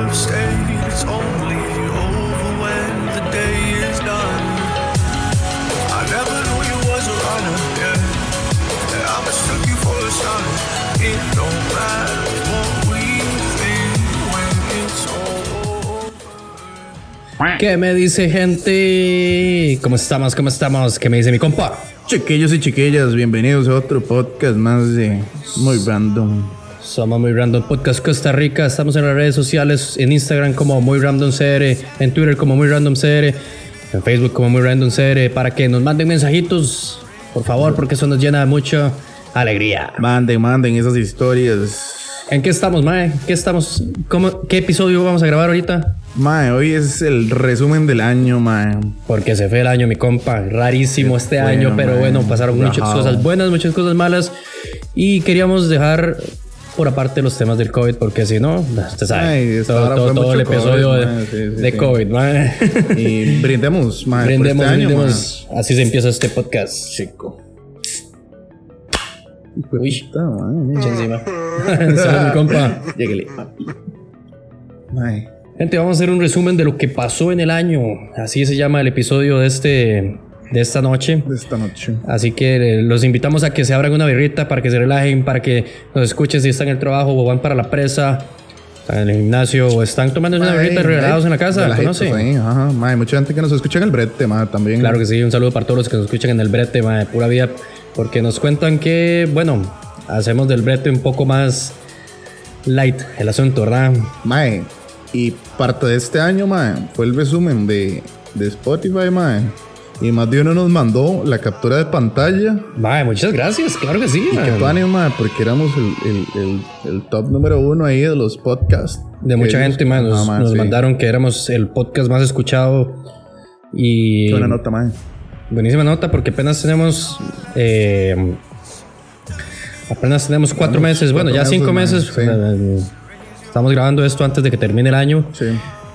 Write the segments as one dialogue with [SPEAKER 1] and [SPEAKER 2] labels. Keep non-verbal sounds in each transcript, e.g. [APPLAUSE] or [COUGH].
[SPEAKER 1] It's only over when the day is done. I never knew you was a runner, yeah. And I mistook you for a son. It don't matter what we think when it's all over.
[SPEAKER 2] ¿Qué me dice gente? ¿Cómo estamos? ¿Cómo estamos? ¿Qué me dice mi compa?
[SPEAKER 3] Chiquillos y chiquillas, bienvenidos a otro podcast más de muy random.
[SPEAKER 2] Somos Muy Random Podcast Costa Rica. Estamos en las redes sociales, en Instagram como Muy Random CR, en Twitter como Muy Random CR, en Facebook como Muy Random CR, para que nos manden mensajitos, por favor, porque eso nos llena de mucha alegría.
[SPEAKER 3] Manden, manden esas historias.
[SPEAKER 2] ¿En qué estamos, Mae? ¿Qué estamos? ¿Cómo, ¿Qué episodio vamos a grabar ahorita?
[SPEAKER 3] Mae, hoy es el resumen del año, mae.
[SPEAKER 2] Porque se fue el año, mi compa. Rarísimo
[SPEAKER 3] Se
[SPEAKER 2] este
[SPEAKER 3] fue,
[SPEAKER 2] año, pero
[SPEAKER 3] man.
[SPEAKER 2] bueno, pasaron muchas
[SPEAKER 3] Rajado.
[SPEAKER 2] cosas buenas, muchas cosas malas. Y queríamos dejar por aparte los temas del COVID, porque si no, usted sabe.
[SPEAKER 3] Ay, esta
[SPEAKER 2] todo
[SPEAKER 3] hora
[SPEAKER 2] todo-
[SPEAKER 3] fue
[SPEAKER 2] todo el
[SPEAKER 3] mucho
[SPEAKER 2] episodio
[SPEAKER 3] COVID,
[SPEAKER 2] de,
[SPEAKER 3] man, sí, sí,
[SPEAKER 2] de
[SPEAKER 3] sí.
[SPEAKER 2] COVID, [LAUGHS] man. [LAUGHS]
[SPEAKER 3] Y brindemos, mae,
[SPEAKER 2] brindemos,
[SPEAKER 3] por este año,
[SPEAKER 2] brindemos. Así se empieza este podcast.
[SPEAKER 3] Chico.
[SPEAKER 2] Uy.
[SPEAKER 3] Puta, mae.
[SPEAKER 2] Echa encima. [LAUGHS] Salud, mi compa.
[SPEAKER 3] Lléguele, papi. Mae.
[SPEAKER 2] Gente, vamos a hacer un resumen de lo que pasó en el año. Así se llama el episodio de, este, de esta noche.
[SPEAKER 3] de esta noche.
[SPEAKER 2] Así que eh, los invitamos a que se abran una birrita para que se relajen, para que nos escuchen si están en el trabajo o van para la presa, están en el gimnasio o están tomando una birrita relajados en Pues la casa.
[SPEAKER 3] conoce.
[SPEAKER 2] ¿Conocen?
[SPEAKER 3] ajá, mae, mucha gente que nos escucha en el brete, mae, también.
[SPEAKER 2] Claro que sí, un saludo para todos los que nos escuchan en el brete, mae, pura vida, porque nos cuentan que, bueno, hacemos del brete un poco más light el asunto, ¿verdad?
[SPEAKER 3] Mae, y parte de este año, mae, fue el resumen de, de Spotify, mae. Y más de uno nos mandó la captura de pantalla.
[SPEAKER 2] Mae, muchas gracias, claro que sí.
[SPEAKER 3] Y
[SPEAKER 2] mae.
[SPEAKER 3] que pane, mae, porque éramos el, el- el- el top número uno ahí de los podcasts.
[SPEAKER 2] De mucha
[SPEAKER 3] Ellos-
[SPEAKER 2] gente, mae, nos,
[SPEAKER 3] Ah, mae,
[SPEAKER 2] nos
[SPEAKER 3] sí.
[SPEAKER 2] mandaron que éramos el podcast más escuchado y...
[SPEAKER 3] Qué Buena nota, mae.
[SPEAKER 2] Buenísima nota porque apenas tenemos. eh, apenas tenemos cuatro meses, bueno,
[SPEAKER 3] cuatro
[SPEAKER 2] ya cinco
[SPEAKER 3] meses,
[SPEAKER 2] meses. eh, Estamos grabando esto antes de que termine el año.
[SPEAKER 3] Sí,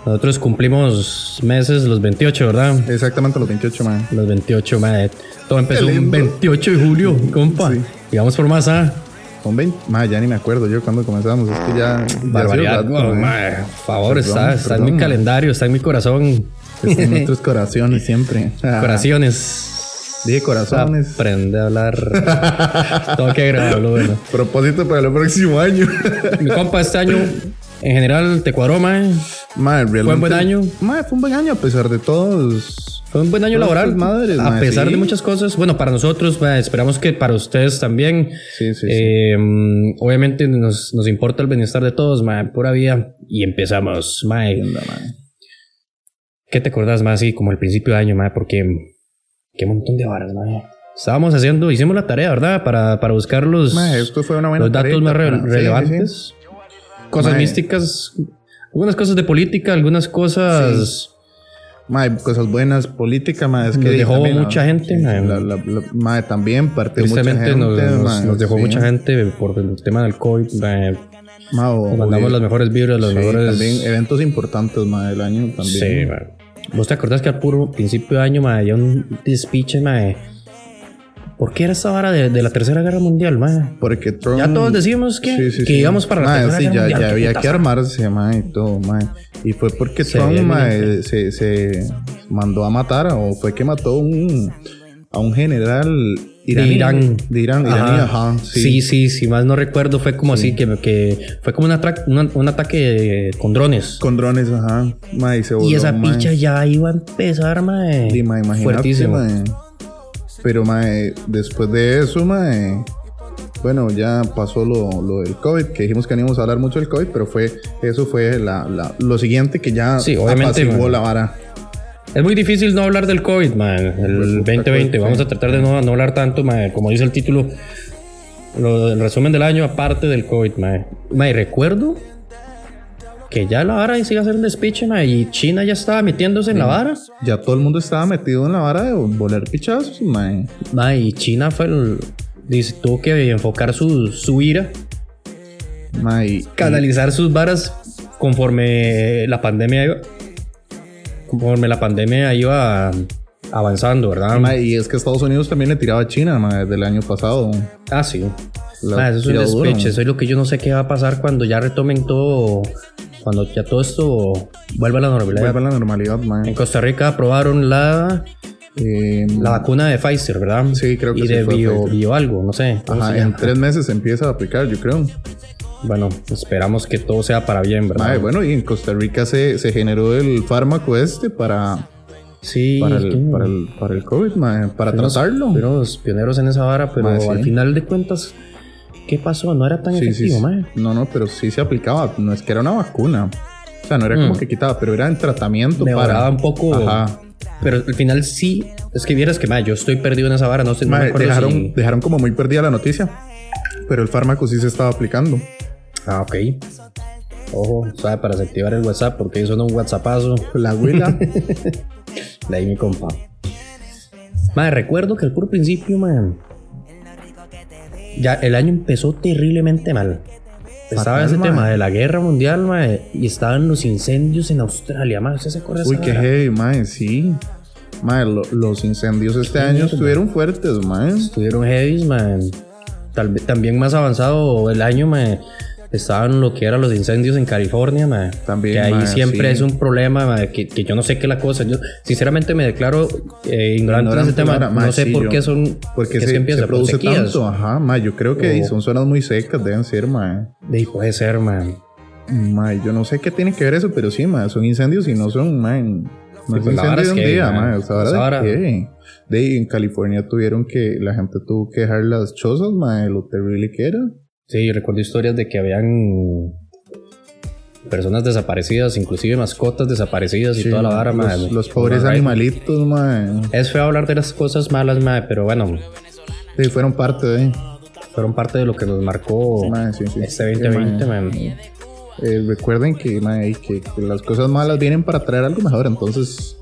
[SPEAKER 2] Nosotros cumplimos meses, los 28, ¿verdad?
[SPEAKER 3] exactamente los 28, mae.
[SPEAKER 2] Los 28, madre. Todo empezó
[SPEAKER 3] Qué
[SPEAKER 2] un
[SPEAKER 3] lindo.
[SPEAKER 2] 28 de julio, compa.
[SPEAKER 3] Sí.
[SPEAKER 2] Y vamos por más, ¿ah?
[SPEAKER 3] Son 20. Mae, ya ni me acuerdo yo cuando comenzamos. Es que ya. ya hace un
[SPEAKER 2] Barbaridad,
[SPEAKER 3] rato,
[SPEAKER 2] wow,
[SPEAKER 3] mae.
[SPEAKER 2] madre. Por favor,
[SPEAKER 3] Perdón,
[SPEAKER 2] está, está en mi
[SPEAKER 3] perdón.
[SPEAKER 2] calendario, está en mi corazón.
[SPEAKER 3] Está en nuestros corazones
[SPEAKER 2] [LAUGHS]
[SPEAKER 3] siempre.
[SPEAKER 2] Corazones.
[SPEAKER 3] Ah. Dije corazones.
[SPEAKER 2] Aprende a
[SPEAKER 3] [LAUGHS]
[SPEAKER 2] hablar. Tengo que grabarlo, bueno.
[SPEAKER 3] [LAUGHS] Propósito para el próximo año. [LAUGHS]
[SPEAKER 2] Mi compa, este año en general eh, te cuadró, mae.
[SPEAKER 3] Mae, realmente-
[SPEAKER 2] buen año?
[SPEAKER 3] Mae, fue un buen año a pesar de todos.
[SPEAKER 2] Fue un buen año
[SPEAKER 3] Todas
[SPEAKER 2] laboral.
[SPEAKER 3] estas madres,
[SPEAKER 2] a
[SPEAKER 3] mae,
[SPEAKER 2] pesar
[SPEAKER 3] sí.
[SPEAKER 2] de muchas cosas. Bueno, para nosotros, mae, esperamos que para ustedes también.
[SPEAKER 3] Sí, sí, sí.
[SPEAKER 2] Eh, obviamente nos, nos importa el bienestar de todos, mae, pura vida. Y empezamos, mae.
[SPEAKER 3] Anda, mae.
[SPEAKER 2] ¿Qué te acordás, más así como el principio de año, mae? Porque qué montón de varas, mae. Estábamos haciendo, hicimos la tarea, ¿verdad? Para, para buscar los,
[SPEAKER 3] Mae, esto fue una buena
[SPEAKER 2] los datos
[SPEAKER 3] tareita,
[SPEAKER 2] más re-
[SPEAKER 3] mae. Sí, sí,
[SPEAKER 2] relevantes.
[SPEAKER 3] sí.
[SPEAKER 2] Cosas
[SPEAKER 3] Mae.
[SPEAKER 2] místicas, algunas cosas de política, algunas cosas...
[SPEAKER 3] Mae, cosas buenas, política, mae. Es que
[SPEAKER 2] Nos dejó
[SPEAKER 3] también,
[SPEAKER 2] mucha gente,
[SPEAKER 3] sí,
[SPEAKER 2] mae.
[SPEAKER 3] La, la- la- mae, también partió mucha
[SPEAKER 2] Tristemente
[SPEAKER 3] gente.
[SPEAKER 2] nos, nos-
[SPEAKER 3] mae,
[SPEAKER 2] nos dejó
[SPEAKER 3] sí.
[SPEAKER 2] mucha gente por el tema del COVID. eh,
[SPEAKER 3] Mae, o-
[SPEAKER 2] nos mandamos
[SPEAKER 3] o-
[SPEAKER 2] las mejores vibras, las
[SPEAKER 3] sí,
[SPEAKER 2] mejores.
[SPEAKER 3] también eventos importantes, mae, del año también.
[SPEAKER 2] Sí, man. ¿Vos te acordás que al puro principio de año, man, había un despiche, man? ¿Por qué era esa vara de, de la Tercera Guerra Mundial, man?
[SPEAKER 3] Porque Trump...
[SPEAKER 2] Ya todos decíamos que- que íbamos para la
[SPEAKER 3] Mae,
[SPEAKER 2] Tercera
[SPEAKER 3] sí,
[SPEAKER 2] Guerra
[SPEAKER 3] ya,
[SPEAKER 2] Mundial,
[SPEAKER 3] ya
[SPEAKER 2] qué
[SPEAKER 3] había
[SPEAKER 2] putas.
[SPEAKER 3] que armarse, mae, y todo, mae. Y fue porque
[SPEAKER 2] Se
[SPEAKER 3] Trump,
[SPEAKER 2] veía
[SPEAKER 3] mae, se, se mandó a matar, o fue que mató un- a un general iraní.
[SPEAKER 2] de Irán.
[SPEAKER 3] De Irán, iraní, ajá, sí.
[SPEAKER 2] sí, sí, si más no recuerdo, fue como así, que, que fue como un, atrac- un- un ataque eh, con drones.
[SPEAKER 3] Con drones, ajá. Mae, y se voló,
[SPEAKER 2] y esa
[SPEAKER 3] mae.
[SPEAKER 2] picha ya iba a empezar, man.
[SPEAKER 3] Sí, mae, imagínate,
[SPEAKER 2] Fuertísimo.
[SPEAKER 3] mae. Pero, mae, después de eso, mae... Bueno, ya pasó lo, lo del COVID, que dijimos que no íbamos a hablar mucho del COVID, pero fue eso fue la, la- lo siguiente que ya
[SPEAKER 2] Sí, obviamente,
[SPEAKER 3] apaciguó
[SPEAKER 2] mae.
[SPEAKER 3] la vara.
[SPEAKER 2] Es muy difícil no hablar del COVID, man. El 2020. Vamos a tratar de no, no hablar tanto, man. Como dice el título, lo- el resumen del año, aparte del COVID, man. Man, y recuerdo que ya la vara sigue a ser un despiche, man. Y China ya estaba metiéndose en la vara.
[SPEAKER 3] Ya todo el mundo estaba metido en la vara de volar pichazos, mae.
[SPEAKER 2] Man, y China fue el- dice, tuvo que enfocar su, su ira,
[SPEAKER 3] Mae, y-
[SPEAKER 2] canalizar sus varas conforme la pandemia iba. Conforme la pandemia iba avanzando, ¿verdad?
[SPEAKER 3] mae, y es que Estados Unidos también le tiraba a China, mae, del año pasado.
[SPEAKER 2] Ah, sí.
[SPEAKER 3] La-
[SPEAKER 2] Ma, eso es un
[SPEAKER 3] la duro,
[SPEAKER 2] despeche,
[SPEAKER 3] ma.
[SPEAKER 2] eso es lo que yo no sé qué va a pasar cuando ya retomen todo, cuando ya todo esto vuelva a la normalidad.
[SPEAKER 3] Vuelve a la normalidad, man.
[SPEAKER 2] En Costa Rica aprobaron la,
[SPEAKER 3] Eh,
[SPEAKER 2] la vacuna de Pfizer, ¿verdad?
[SPEAKER 3] Sí, creo que
[SPEAKER 2] y
[SPEAKER 3] sí
[SPEAKER 2] de
[SPEAKER 3] fue
[SPEAKER 2] bio,
[SPEAKER 3] Pfizer.
[SPEAKER 2] bio algo, no sé. ¿cómo
[SPEAKER 3] ajá,
[SPEAKER 2] se
[SPEAKER 3] en
[SPEAKER 2] llama?
[SPEAKER 3] tres meses se empieza a aplicar, yo creo.
[SPEAKER 2] Bueno, esperamos que todo sea para bien, ¿verdad?
[SPEAKER 3] Mae, bueno, y en Costa Rica se, se generó el fármaco este para,
[SPEAKER 2] sí,
[SPEAKER 3] para, el,
[SPEAKER 2] ¿qué?
[SPEAKER 3] para, el, para el COVID, mae, para
[SPEAKER 2] Fuimos-
[SPEAKER 3] tratarlo.
[SPEAKER 2] Fuimos pioneros en esa vara, pero
[SPEAKER 3] Ma, sí.
[SPEAKER 2] al final de cuentas, ¿qué pasó? No era tan
[SPEAKER 3] Sí, sí,
[SPEAKER 2] efectivo,
[SPEAKER 3] sí.
[SPEAKER 2] mae.
[SPEAKER 3] No, no, pero sí se aplicaba. No es que era una vacuna. O sea, no era como que quitaba, pero era en tratamiento
[SPEAKER 2] Mejoraba
[SPEAKER 3] para.
[SPEAKER 2] Mm. un poco.
[SPEAKER 3] Ajá.
[SPEAKER 2] Pero al final sí, es que vieras que, mae, yo estoy perdido en esa vara, no sé, no me
[SPEAKER 3] Mae,
[SPEAKER 2] acuerdo
[SPEAKER 3] dejaron,
[SPEAKER 2] si-
[SPEAKER 3] dejaron como muy perdida la noticia. Pero el fármaco sí se estaba aplicando.
[SPEAKER 2] Ah, ok. Ojo, sabe, para desactivar el WhatsApp, porque eso no es un WhatsAppazo.
[SPEAKER 3] La
[SPEAKER 2] [LAUGHS]
[SPEAKER 3] abuela.
[SPEAKER 2] De ahí mi compa. Madre, recuerdo que al puro principio, man. Ya el año empezó terriblemente mal. Estaba
[SPEAKER 3] Fatal,
[SPEAKER 2] ese
[SPEAKER 3] mae.
[SPEAKER 2] tema de la guerra mundial, mae, y estaban los incendios en Australia, mae. ¿Usted se acuerda de
[SPEAKER 3] Uy,
[SPEAKER 2] esa
[SPEAKER 3] qué
[SPEAKER 2] vara?
[SPEAKER 3] heavy, mae, sí. Mae, lo- los incendios este año estuvieron fuertes, mae.
[SPEAKER 2] Estuvieron heavies, man. Tal vez también más avanzado el año, mae, Estaban lo que eran los incendios en California, mae.
[SPEAKER 3] También,
[SPEAKER 2] Que ahí
[SPEAKER 3] mae,
[SPEAKER 2] siempre
[SPEAKER 3] sí.
[SPEAKER 2] es un problema, mae, que, que yo no sé qué es la cosa. Yo, sinceramente, me declaro eh, ignorante de ese
[SPEAKER 3] Ignorante,
[SPEAKER 2] tema.
[SPEAKER 3] ahora, mae,
[SPEAKER 2] no sé
[SPEAKER 3] sí,
[SPEAKER 2] por
[SPEAKER 3] yo-
[SPEAKER 2] qué son.
[SPEAKER 3] Porque
[SPEAKER 2] qué
[SPEAKER 3] se, se
[SPEAKER 2] por
[SPEAKER 3] produce
[SPEAKER 2] sequías.
[SPEAKER 3] tanto, ajá, mae. Yo creo que
[SPEAKER 2] O-
[SPEAKER 3] y son zonas muy secas, deben ser, mae.
[SPEAKER 2] De, puede ser, man.
[SPEAKER 3] Mae, yo no sé qué tiene que ver eso, pero sí, mae, son incendios y no son, mae. No
[SPEAKER 2] Sí,
[SPEAKER 3] es
[SPEAKER 2] pues, la vara
[SPEAKER 3] incendio de
[SPEAKER 2] es
[SPEAKER 3] un
[SPEAKER 2] que,
[SPEAKER 3] día,
[SPEAKER 2] mae.
[SPEAKER 3] mae. O sea,
[SPEAKER 2] Pues,
[SPEAKER 3] ahora
[SPEAKER 2] ahora-
[SPEAKER 3] de qué? De ahí, en California tuvieron que, la gente tuvo que dejar las chozas, mae, lo terrible que era.
[SPEAKER 2] Sí, recuerdo historias de que habían personas desaparecidas, inclusive mascotas desaparecidas y
[SPEAKER 3] Sí,
[SPEAKER 2] toda la vara,
[SPEAKER 3] los,
[SPEAKER 2] mae.
[SPEAKER 3] los pobres
[SPEAKER 2] Mae,
[SPEAKER 3] animalitos, mae,
[SPEAKER 2] Es feo hablar de las cosas malas, mae, pero bueno,
[SPEAKER 3] sí, fueron parte de.
[SPEAKER 2] fueron parte de lo que nos marcó
[SPEAKER 3] mae, sí, sí.
[SPEAKER 2] este
[SPEAKER 3] Sí,
[SPEAKER 2] 2020,
[SPEAKER 3] mae.
[SPEAKER 2] man.
[SPEAKER 3] Eh, recuerden que, mae, que, que las cosas malas vienen para traer algo mejor, entonces.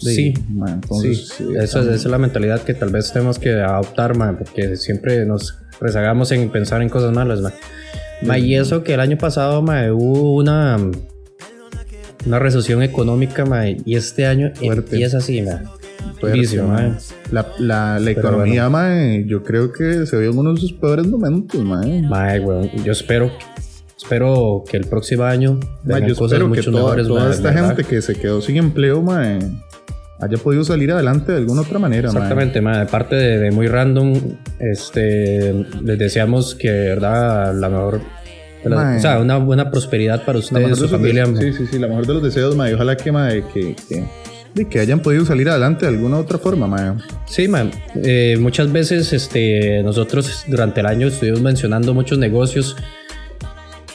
[SPEAKER 2] Sí,
[SPEAKER 3] mae,
[SPEAKER 2] Sí,
[SPEAKER 3] entonces, eh,
[SPEAKER 2] esa, esa es la mentalidad que tal vez tenemos que adoptar, man, porque siempre nos rezagamos en pensar en cosas malas, man. Ma, y eso que el año pasado, ma, hubo una una recesión económica, ma, y este año
[SPEAKER 3] Fuerte.
[SPEAKER 2] empieza así, ma.
[SPEAKER 3] fuerte,
[SPEAKER 2] Durísimo,
[SPEAKER 3] mae.
[SPEAKER 2] ma.
[SPEAKER 3] La, la, la
[SPEAKER 2] Pero
[SPEAKER 3] economía, mae, yo creo que se vio en uno de sus peores momentos, eh. mae.
[SPEAKER 2] Mae, weón, yo espero, espero que el próximo año
[SPEAKER 3] Mae,
[SPEAKER 2] vengan
[SPEAKER 3] yo
[SPEAKER 2] cosas
[SPEAKER 3] espero que
[SPEAKER 2] mucho
[SPEAKER 3] toda,
[SPEAKER 2] mejores,
[SPEAKER 3] toda
[SPEAKER 2] mae,
[SPEAKER 3] esta
[SPEAKER 2] ¿verdad?
[SPEAKER 3] gente que se quedó sin empleo, mae, haya podido salir adelante de alguna otra manera, mae.
[SPEAKER 2] Exactamente, mae, de parte de, de muy random, este, les deseamos que, de verdad, la mejor, la-
[SPEAKER 3] Mae.
[SPEAKER 2] o sea, una buena prosperidad para
[SPEAKER 3] La
[SPEAKER 2] ustedes,
[SPEAKER 3] mejor
[SPEAKER 2] su
[SPEAKER 3] de sus
[SPEAKER 2] familia.
[SPEAKER 3] dese- Sí, sí, sí, la mejor de los deseos, mae. Ojalá que, mae, que, que, de que hayan podido salir adelante de alguna otra forma, mae.
[SPEAKER 2] Sí, man. Eh, muchas veces este, nosotros durante el año estuvimos mencionando muchos negocios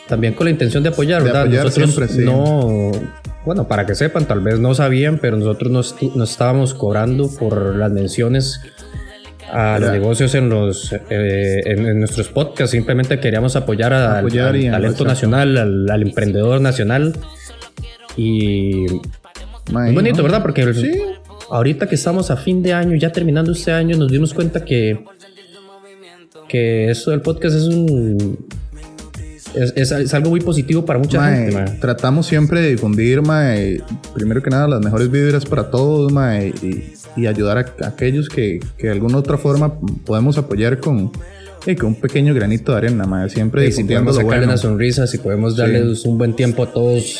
[SPEAKER 2] también con la intención de apoyar,
[SPEAKER 3] De
[SPEAKER 2] ¿verdad?
[SPEAKER 3] apoyar
[SPEAKER 2] nosotros
[SPEAKER 3] siempre, sí.
[SPEAKER 2] no, bueno, para que sepan, tal vez no sabían, pero nosotros no, estu- no estábamos cobrando por las menciones a los
[SPEAKER 3] Era-
[SPEAKER 2] negocios en los eh, en, en nuestros podcasts, simplemente queríamos apoyar, a-
[SPEAKER 3] Apoyar
[SPEAKER 2] al,
[SPEAKER 3] y-
[SPEAKER 2] al talento
[SPEAKER 3] exacto.
[SPEAKER 2] nacional, al, al emprendedor nacional y
[SPEAKER 3] Mae,
[SPEAKER 2] es bonito,
[SPEAKER 3] ¿no?
[SPEAKER 2] ¿verdad? Porque el-
[SPEAKER 3] Sí.
[SPEAKER 2] ahorita que estamos a fin de año, ya terminando este año, nos dimos cuenta que que esto del podcast es un es, es- es algo muy positivo para mucha
[SPEAKER 3] Mae,
[SPEAKER 2] gente, mae.
[SPEAKER 3] Tratamos siempre de difundir, mae, primero que nada, las mejores vibras para todos, mae, y, y ayudar a, a aquellos que, que de alguna otra forma podemos apoyar con, eh, con un pequeño granito de arena, mae, siempre
[SPEAKER 2] Y si
[SPEAKER 3] difundiendo
[SPEAKER 2] podemos
[SPEAKER 3] lo
[SPEAKER 2] sacarle
[SPEAKER 3] bueno.
[SPEAKER 2] una sonrisa, si podemos darles un buen tiempo a todos,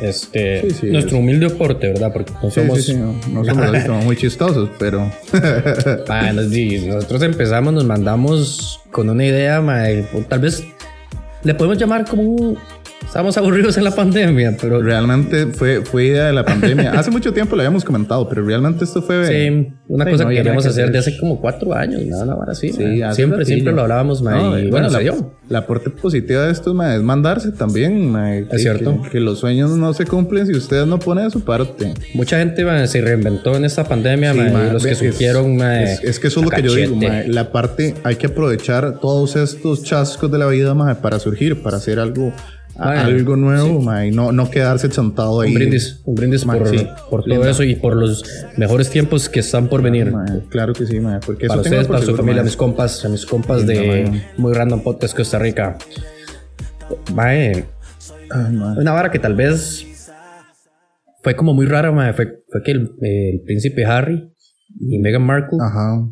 [SPEAKER 2] este
[SPEAKER 3] Sí, sí,
[SPEAKER 2] nuestro
[SPEAKER 3] es-
[SPEAKER 2] humilde aporte, ¿verdad? Porque no
[SPEAKER 3] Sí,
[SPEAKER 2] somos
[SPEAKER 3] sí, sí, no,
[SPEAKER 2] [LAUGHS]
[SPEAKER 3] no somos así como muy chistosos, pero
[SPEAKER 2] Ah, nos di- nosotros empezamos, nos mandamos con una idea, mae, o tal vez le podemos llamar como un- Estamos aburridos en la pandemia, pero
[SPEAKER 3] realmente fue, fue idea de la pandemia. Hace mucho tiempo lo habíamos comentado, pero realmente esto fue...
[SPEAKER 2] Sí, una cosa
[SPEAKER 3] Sí, no
[SPEAKER 2] que
[SPEAKER 3] había nada
[SPEAKER 2] queríamos
[SPEAKER 3] que
[SPEAKER 2] hacer
[SPEAKER 3] hacer.
[SPEAKER 2] de hace como cuatro años, nada, una vara así.
[SPEAKER 3] Sí,
[SPEAKER 2] man.
[SPEAKER 3] hace
[SPEAKER 2] Eh, siempre,
[SPEAKER 3] ratillo.
[SPEAKER 2] siempre lo hablábamos, man,
[SPEAKER 3] No,
[SPEAKER 2] y
[SPEAKER 3] y
[SPEAKER 2] bueno,
[SPEAKER 3] la,
[SPEAKER 2] se dio.
[SPEAKER 3] la parte positiva de esto ma, es mandarse también. ma, que-
[SPEAKER 2] cierto.
[SPEAKER 3] Que, que los sueños no se cumplen si ustedes no ponen de su parte.
[SPEAKER 2] Mucha gente man, se reinventó en esta pandemia,
[SPEAKER 3] Sí,
[SPEAKER 2] man, y
[SPEAKER 3] ma,
[SPEAKER 2] los que
[SPEAKER 3] es-
[SPEAKER 2] supieron, man,
[SPEAKER 3] Es, es que eso es lo que yo digo, ma,
[SPEAKER 2] cachete.
[SPEAKER 3] La parte, hay que aprovechar todos estos chascos de la vida ma, para surgir, para hacer algo, a-
[SPEAKER 2] Ma,
[SPEAKER 3] algo nuevo ma, y no, no quedarse chantado ahí.
[SPEAKER 2] Un brindis, un brindis
[SPEAKER 3] Ma,
[SPEAKER 2] por,
[SPEAKER 3] sí,
[SPEAKER 2] por todo eso y por los mejores tiempos que están por venir.
[SPEAKER 3] Ma, claro que sí, ma, porque
[SPEAKER 2] para
[SPEAKER 3] eso tengo
[SPEAKER 2] ustedes,
[SPEAKER 3] por
[SPEAKER 2] para su
[SPEAKER 3] seguro,
[SPEAKER 2] familia,
[SPEAKER 3] ma.
[SPEAKER 2] a mis compas, a mis compas
[SPEAKER 3] Lindo,
[SPEAKER 2] de
[SPEAKER 3] man.
[SPEAKER 2] Muy Random Podcast Costa Rica. Mae,
[SPEAKER 3] Ay, ma.
[SPEAKER 2] una vara que tal vez fue como muy rara, mae, fue, fue que el, el príncipe Harry y Meghan Markle
[SPEAKER 3] Ajá.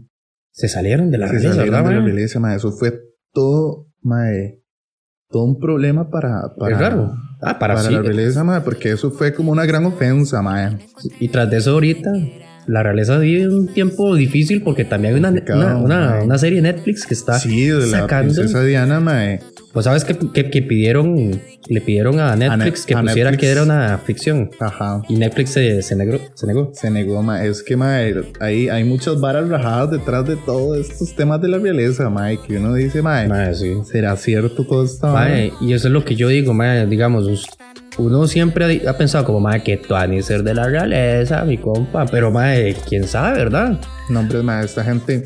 [SPEAKER 2] se salieron de la
[SPEAKER 3] Sí,
[SPEAKER 2] realeza,
[SPEAKER 3] salieron
[SPEAKER 2] ¿verdad,
[SPEAKER 3] de la
[SPEAKER 2] mae?
[SPEAKER 3] realeza, ma, Eso fue todo, mae, todo un problema para, para,
[SPEAKER 2] es raro. Ah, para,
[SPEAKER 3] para,
[SPEAKER 2] sí.
[SPEAKER 3] la realeza, mae, porque eso fue como una gran ofensa, mae.
[SPEAKER 2] Y tras de eso ahorita, la realeza vive un tiempo difícil porque también hay una, una,
[SPEAKER 3] Complicado,
[SPEAKER 2] una-
[SPEAKER 3] mae.
[SPEAKER 2] una serie de Netflix que está
[SPEAKER 3] Sí, de la
[SPEAKER 2] sacando.
[SPEAKER 3] princesa Diana, mae.
[SPEAKER 2] Pues sabes que, que- que pidieron, le pidieron a Netflix que
[SPEAKER 3] a
[SPEAKER 2] pusiera
[SPEAKER 3] Netflix.
[SPEAKER 2] que era una ficción.
[SPEAKER 3] Ajá.
[SPEAKER 2] Y Netflix se, se negó, se negó.
[SPEAKER 3] Se negó, mae. Es que, mae, ahí hay muchas varas rajadas detrás de todos estos temas de la realeza, mae. Que uno dice, mae,
[SPEAKER 2] Mae, sí.
[SPEAKER 3] ¿será cierto todo esto?
[SPEAKER 2] Mae, y eso es lo que yo digo, mae, digamos, us- uno siempre ha di- ha, pensado como, mae, que tú ni ser de la realeza, mi compa, pero mae, quién sabe, ¿verdad?
[SPEAKER 3] No, hombre, mae, esta gente,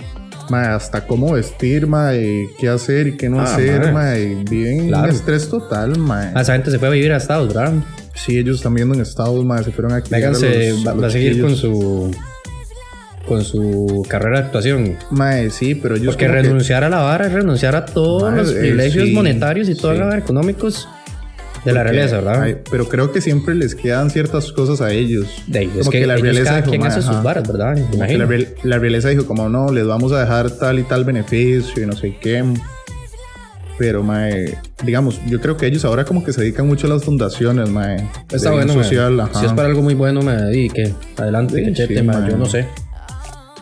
[SPEAKER 3] mae, hasta cómo vestir, mae, qué hacer y qué no
[SPEAKER 2] Ah,
[SPEAKER 3] hacer,
[SPEAKER 2] mae.
[SPEAKER 3] mae. Viven en
[SPEAKER 2] Claro.
[SPEAKER 3] estrés total, mae.
[SPEAKER 2] Ah, Esa gente se fue a vivir a Estados, ¿verdad?
[SPEAKER 3] Sí, ellos están viendo en Estados, mae, se fueron aquí.
[SPEAKER 2] Megan se va, va a seguir con su con su carrera de actuación.
[SPEAKER 3] Mae, sí, pero ellos.
[SPEAKER 2] Porque
[SPEAKER 3] como que-
[SPEAKER 2] renunciar a la vara es renunciar a todos
[SPEAKER 3] Mae,
[SPEAKER 2] los
[SPEAKER 3] eh,
[SPEAKER 2] privilegios
[SPEAKER 3] sí,
[SPEAKER 2] monetarios y todos
[SPEAKER 3] sí.
[SPEAKER 2] los económicos de la
[SPEAKER 3] porque-
[SPEAKER 2] realeza, ¿verdad?
[SPEAKER 3] ay, pero creo que siempre les quedan ciertas cosas a ellos.
[SPEAKER 2] De ahí, es
[SPEAKER 3] Como
[SPEAKER 2] que, la realeza cada
[SPEAKER 3] dijo,
[SPEAKER 2] quien
[SPEAKER 3] mae,
[SPEAKER 2] hace sus
[SPEAKER 3] ajá.
[SPEAKER 2] varas, ¿verdad? Me
[SPEAKER 3] Como que
[SPEAKER 2] imagino.
[SPEAKER 3] La, real- la realeza dijo como no, les vamos a dejar tal y tal beneficio y no sé qué. Pero, mae, digamos, yo creo que ellos ahora como que se dedican mucho a las fundaciones, mae.
[SPEAKER 2] Está
[SPEAKER 3] De bien
[SPEAKER 2] bueno, mae.
[SPEAKER 3] social, ajá.
[SPEAKER 2] Si es para algo muy bueno, me dedique. Adelante,
[SPEAKER 3] Sí,
[SPEAKER 2] cachete,
[SPEAKER 3] sí,
[SPEAKER 2] mae,
[SPEAKER 3] mae.
[SPEAKER 2] Yo no sé.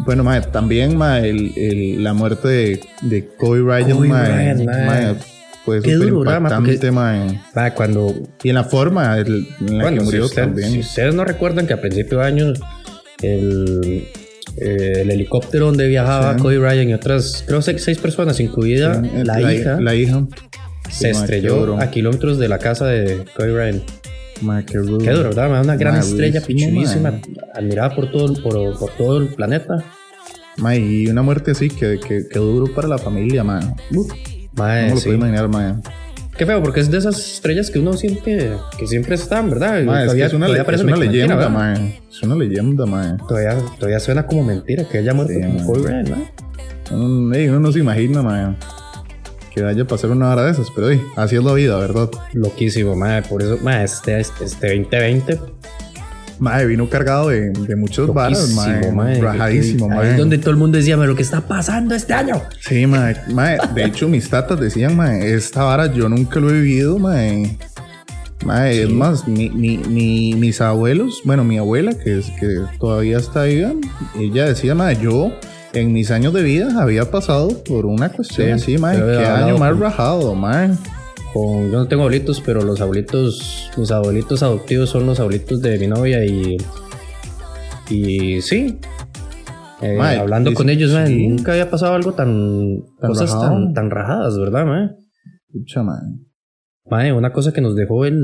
[SPEAKER 3] Bueno, mae, también, mae, el- el- la muerte de, de Kobe Bryant,
[SPEAKER 2] Kobe
[SPEAKER 3] mae.
[SPEAKER 2] Bryant, mae.
[SPEAKER 3] mae, Fue
[SPEAKER 2] Qué
[SPEAKER 3] súper
[SPEAKER 2] duro, ¿verdad, mae? Porque-
[SPEAKER 3] impactante, mae.
[SPEAKER 2] Mae, cuando.
[SPEAKER 3] Y en la forma el- en la
[SPEAKER 2] bueno,
[SPEAKER 3] que
[SPEAKER 2] si,
[SPEAKER 3] murió
[SPEAKER 2] usted-
[SPEAKER 3] también.
[SPEAKER 2] si ustedes no recuerdan que a principio de año el, eh, el helicóptero donde viajaba
[SPEAKER 3] Sí.
[SPEAKER 2] Cody Ryan y otras, creo que seis personas, incluida
[SPEAKER 3] Eh,
[SPEAKER 2] la, hija,
[SPEAKER 3] La hija.
[SPEAKER 2] se
[SPEAKER 3] mae, qué
[SPEAKER 2] estrelló
[SPEAKER 3] duro.
[SPEAKER 2] a kilómetros de la casa de Cody Ryan.
[SPEAKER 3] Mae, qué duro.
[SPEAKER 2] Qué duro, ¿verdad? Mae? Una gran
[SPEAKER 3] Mae,
[SPEAKER 2] estrella
[SPEAKER 3] durísimo,
[SPEAKER 2] pichudísima,
[SPEAKER 3] mae.
[SPEAKER 2] admirada por todo, el- por, por todo el planeta.
[SPEAKER 3] Mae, y una muerte así que, que, que duro para la familia, mae. Uf.
[SPEAKER 2] Mae,
[SPEAKER 3] No me lo
[SPEAKER 2] eh, sí.
[SPEAKER 3] puedo imaginar, mae.
[SPEAKER 2] Qué feo, porque es de esas estrellas que uno siente que siempre están, ¿verdad?
[SPEAKER 3] Mae, es, que
[SPEAKER 2] Todavía-
[SPEAKER 3] es una,
[SPEAKER 2] todavía
[SPEAKER 3] le-
[SPEAKER 2] parece
[SPEAKER 3] es una
[SPEAKER 2] mentira,
[SPEAKER 3] leyenda,
[SPEAKER 2] ¿verdad?
[SPEAKER 3] mae. Es una leyenda, mae.
[SPEAKER 2] Todavía, todavía suena como mentira que haya muerto
[SPEAKER 3] Sí,
[SPEAKER 2] como
[SPEAKER 3] mae.
[SPEAKER 2] Kobe Bryant, ¿no?
[SPEAKER 3] Uno, ey, uno no se imagina, mae. Que vaya a pasar una hora de esas, pero ey, así es la vida, ¿verdad?
[SPEAKER 2] Loquísimo, madre. Por eso, madre, este, este, este 2020,
[SPEAKER 3] Mae, vino cargado de, de muchos varas, mae.
[SPEAKER 2] loquísimo, mae.
[SPEAKER 3] Rajadísimo,
[SPEAKER 2] Ahí
[SPEAKER 3] mae.
[SPEAKER 2] es donde todo el mundo decía, "Mae, lo que está pasando este año.
[SPEAKER 3] Sí, mae. Mae, de hecho, mis tatas decían, mae, esta vara yo nunca lo he vivido, mae. Mae, es más, mi, mi, mi- mis abuelos, bueno, mi abuela, que, es, que todavía está viva, ella decía, mae, yo en mis años de vida había pasado por una cuestión
[SPEAKER 2] Sí,
[SPEAKER 3] así, mae.
[SPEAKER 2] yo había
[SPEAKER 3] Qué
[SPEAKER 2] hablado
[SPEAKER 3] año más
[SPEAKER 2] con-
[SPEAKER 3] rajado, mae.
[SPEAKER 2] Con, yo no tengo abuelitos, pero los abuelitos, mis abuelitos adoptivos son los abuelitos de mi novia y. Y sí. Eh,
[SPEAKER 3] Mae,
[SPEAKER 2] hablando
[SPEAKER 3] dice-
[SPEAKER 2] con ellos, mae,
[SPEAKER 3] sí.
[SPEAKER 2] nunca había pasado algo tan.
[SPEAKER 3] Tan
[SPEAKER 2] cosas
[SPEAKER 3] rajado.
[SPEAKER 2] tan, tan rajadas, ¿verdad, mae?
[SPEAKER 3] Pucha, mae.
[SPEAKER 2] Mae, una cosa que nos dejó el,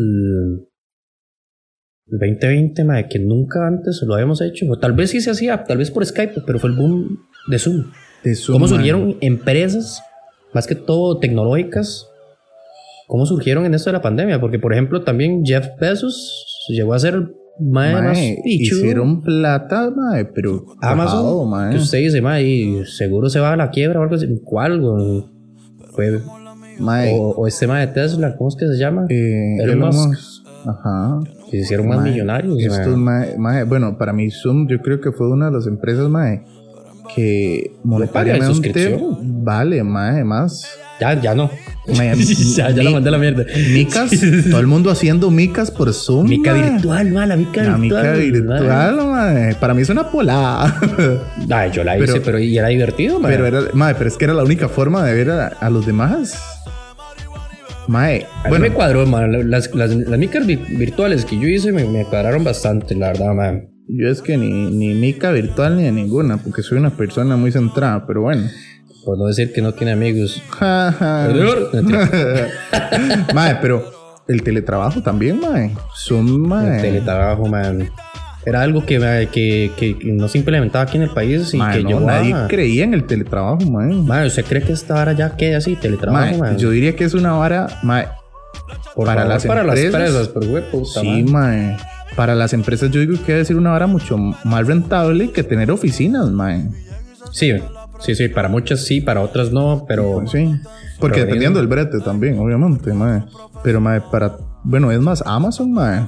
[SPEAKER 2] el 2020, mae, que nunca antes lo habíamos hecho. O tal vez sí se hacía, tal vez por Skype, pero fue el boom de Zoom.
[SPEAKER 3] De Zoom,
[SPEAKER 2] ¿Cómo
[SPEAKER 3] mae.
[SPEAKER 2] surgieron empresas, más que todo tecnológicas? ¿Cómo surgieron en esto de la pandemia? Porque, por ejemplo, también Jeff Bezos llegó a ser el mae, más
[SPEAKER 3] Mae,
[SPEAKER 2] pichudo.
[SPEAKER 3] hicieron plata, mae, pero
[SPEAKER 2] Amazon,
[SPEAKER 3] rajado,
[SPEAKER 2] que
[SPEAKER 3] mae.
[SPEAKER 2] usted dice, mae, y seguro se va a la quiebra o algo así. ¿Cuál, güey? Fue-
[SPEAKER 3] Mae,
[SPEAKER 2] o, o este mae de Tesla, ¿cómo es que se llama?
[SPEAKER 3] eh,
[SPEAKER 2] Elon Musk.
[SPEAKER 3] Ajá.
[SPEAKER 2] Que se hicieron más
[SPEAKER 3] Mae,
[SPEAKER 2] millonarios.
[SPEAKER 3] estos
[SPEAKER 2] mae.
[SPEAKER 3] mae- mae, bueno, para mí Zoom yo creo que fue una de las empresas mae, que monetariamente
[SPEAKER 2] suscripción.
[SPEAKER 3] vale
[SPEAKER 2] [LAUGHS]
[SPEAKER 3] mae, más.
[SPEAKER 2] Ya, ya no.
[SPEAKER 3] Mae,
[SPEAKER 2] [LAUGHS] ya, ya la
[SPEAKER 3] mi-
[SPEAKER 2] mandé a la mierda.
[SPEAKER 3] Micas, todo el mundo haciendo micas por Zoom.
[SPEAKER 2] Mica
[SPEAKER 3] mae.
[SPEAKER 2] virtual, ma, la mica
[SPEAKER 3] La
[SPEAKER 2] virtual.
[SPEAKER 3] mica virtual, mae. Para mí es
[SPEAKER 2] [LAUGHS]
[SPEAKER 3] una polada.
[SPEAKER 2] ma. Ay, yo la hice, pero,
[SPEAKER 3] Pero-
[SPEAKER 2] y era divertido, ma.
[SPEAKER 3] pero, era, mae, pero es que era la única forma de ver a, a los demás. Mae,
[SPEAKER 2] a mí
[SPEAKER 3] bueno,
[SPEAKER 2] me cuadró, ma. Las, las, las micas vi- virtuales que yo hice me, me cuadraron bastante, la verdad, ma.
[SPEAKER 3] yo es que ni, ni mica virtual ni de ninguna, porque soy una persona muy centrada, pero bueno.
[SPEAKER 2] Por no decir que no tiene amigos.
[SPEAKER 3] Ja, ja.
[SPEAKER 2] Mentira.
[SPEAKER 3] mae, pero el teletrabajo también, mae. Zoom, mae. [LAUGHS]
[SPEAKER 2] El teletrabajo, ma. Era algo que, ma, que, que no se implementaba aquí en el país y
[SPEAKER 3] Mae,
[SPEAKER 2] que
[SPEAKER 3] no,
[SPEAKER 2] yo
[SPEAKER 3] nadie creía en el teletrabajo, mae.
[SPEAKER 2] Ma, ¿usted cree que esta hora ya queda así? Teletrabajo,
[SPEAKER 3] Mae,
[SPEAKER 2] ma.
[SPEAKER 3] yo diría que es una vara, mae.
[SPEAKER 2] Por
[SPEAKER 3] para
[SPEAKER 2] favor,
[SPEAKER 3] las
[SPEAKER 2] para
[SPEAKER 3] empresas-
[SPEAKER 2] las empresas, por güey, puta,
[SPEAKER 3] Sí,
[SPEAKER 2] ma.
[SPEAKER 3] mae. Para las empresas yo digo que debe ser una vara mucho más rentable que tener oficinas, mae.
[SPEAKER 2] Sí, sí, sí, para muchas sí, para otras no, pero
[SPEAKER 3] Sí.
[SPEAKER 2] Oh.
[SPEAKER 3] Porque
[SPEAKER 2] Pero
[SPEAKER 3] dependiendo del brete también, obviamente, mae. Pero, mae, para... Bueno, es más, Amazon, mae.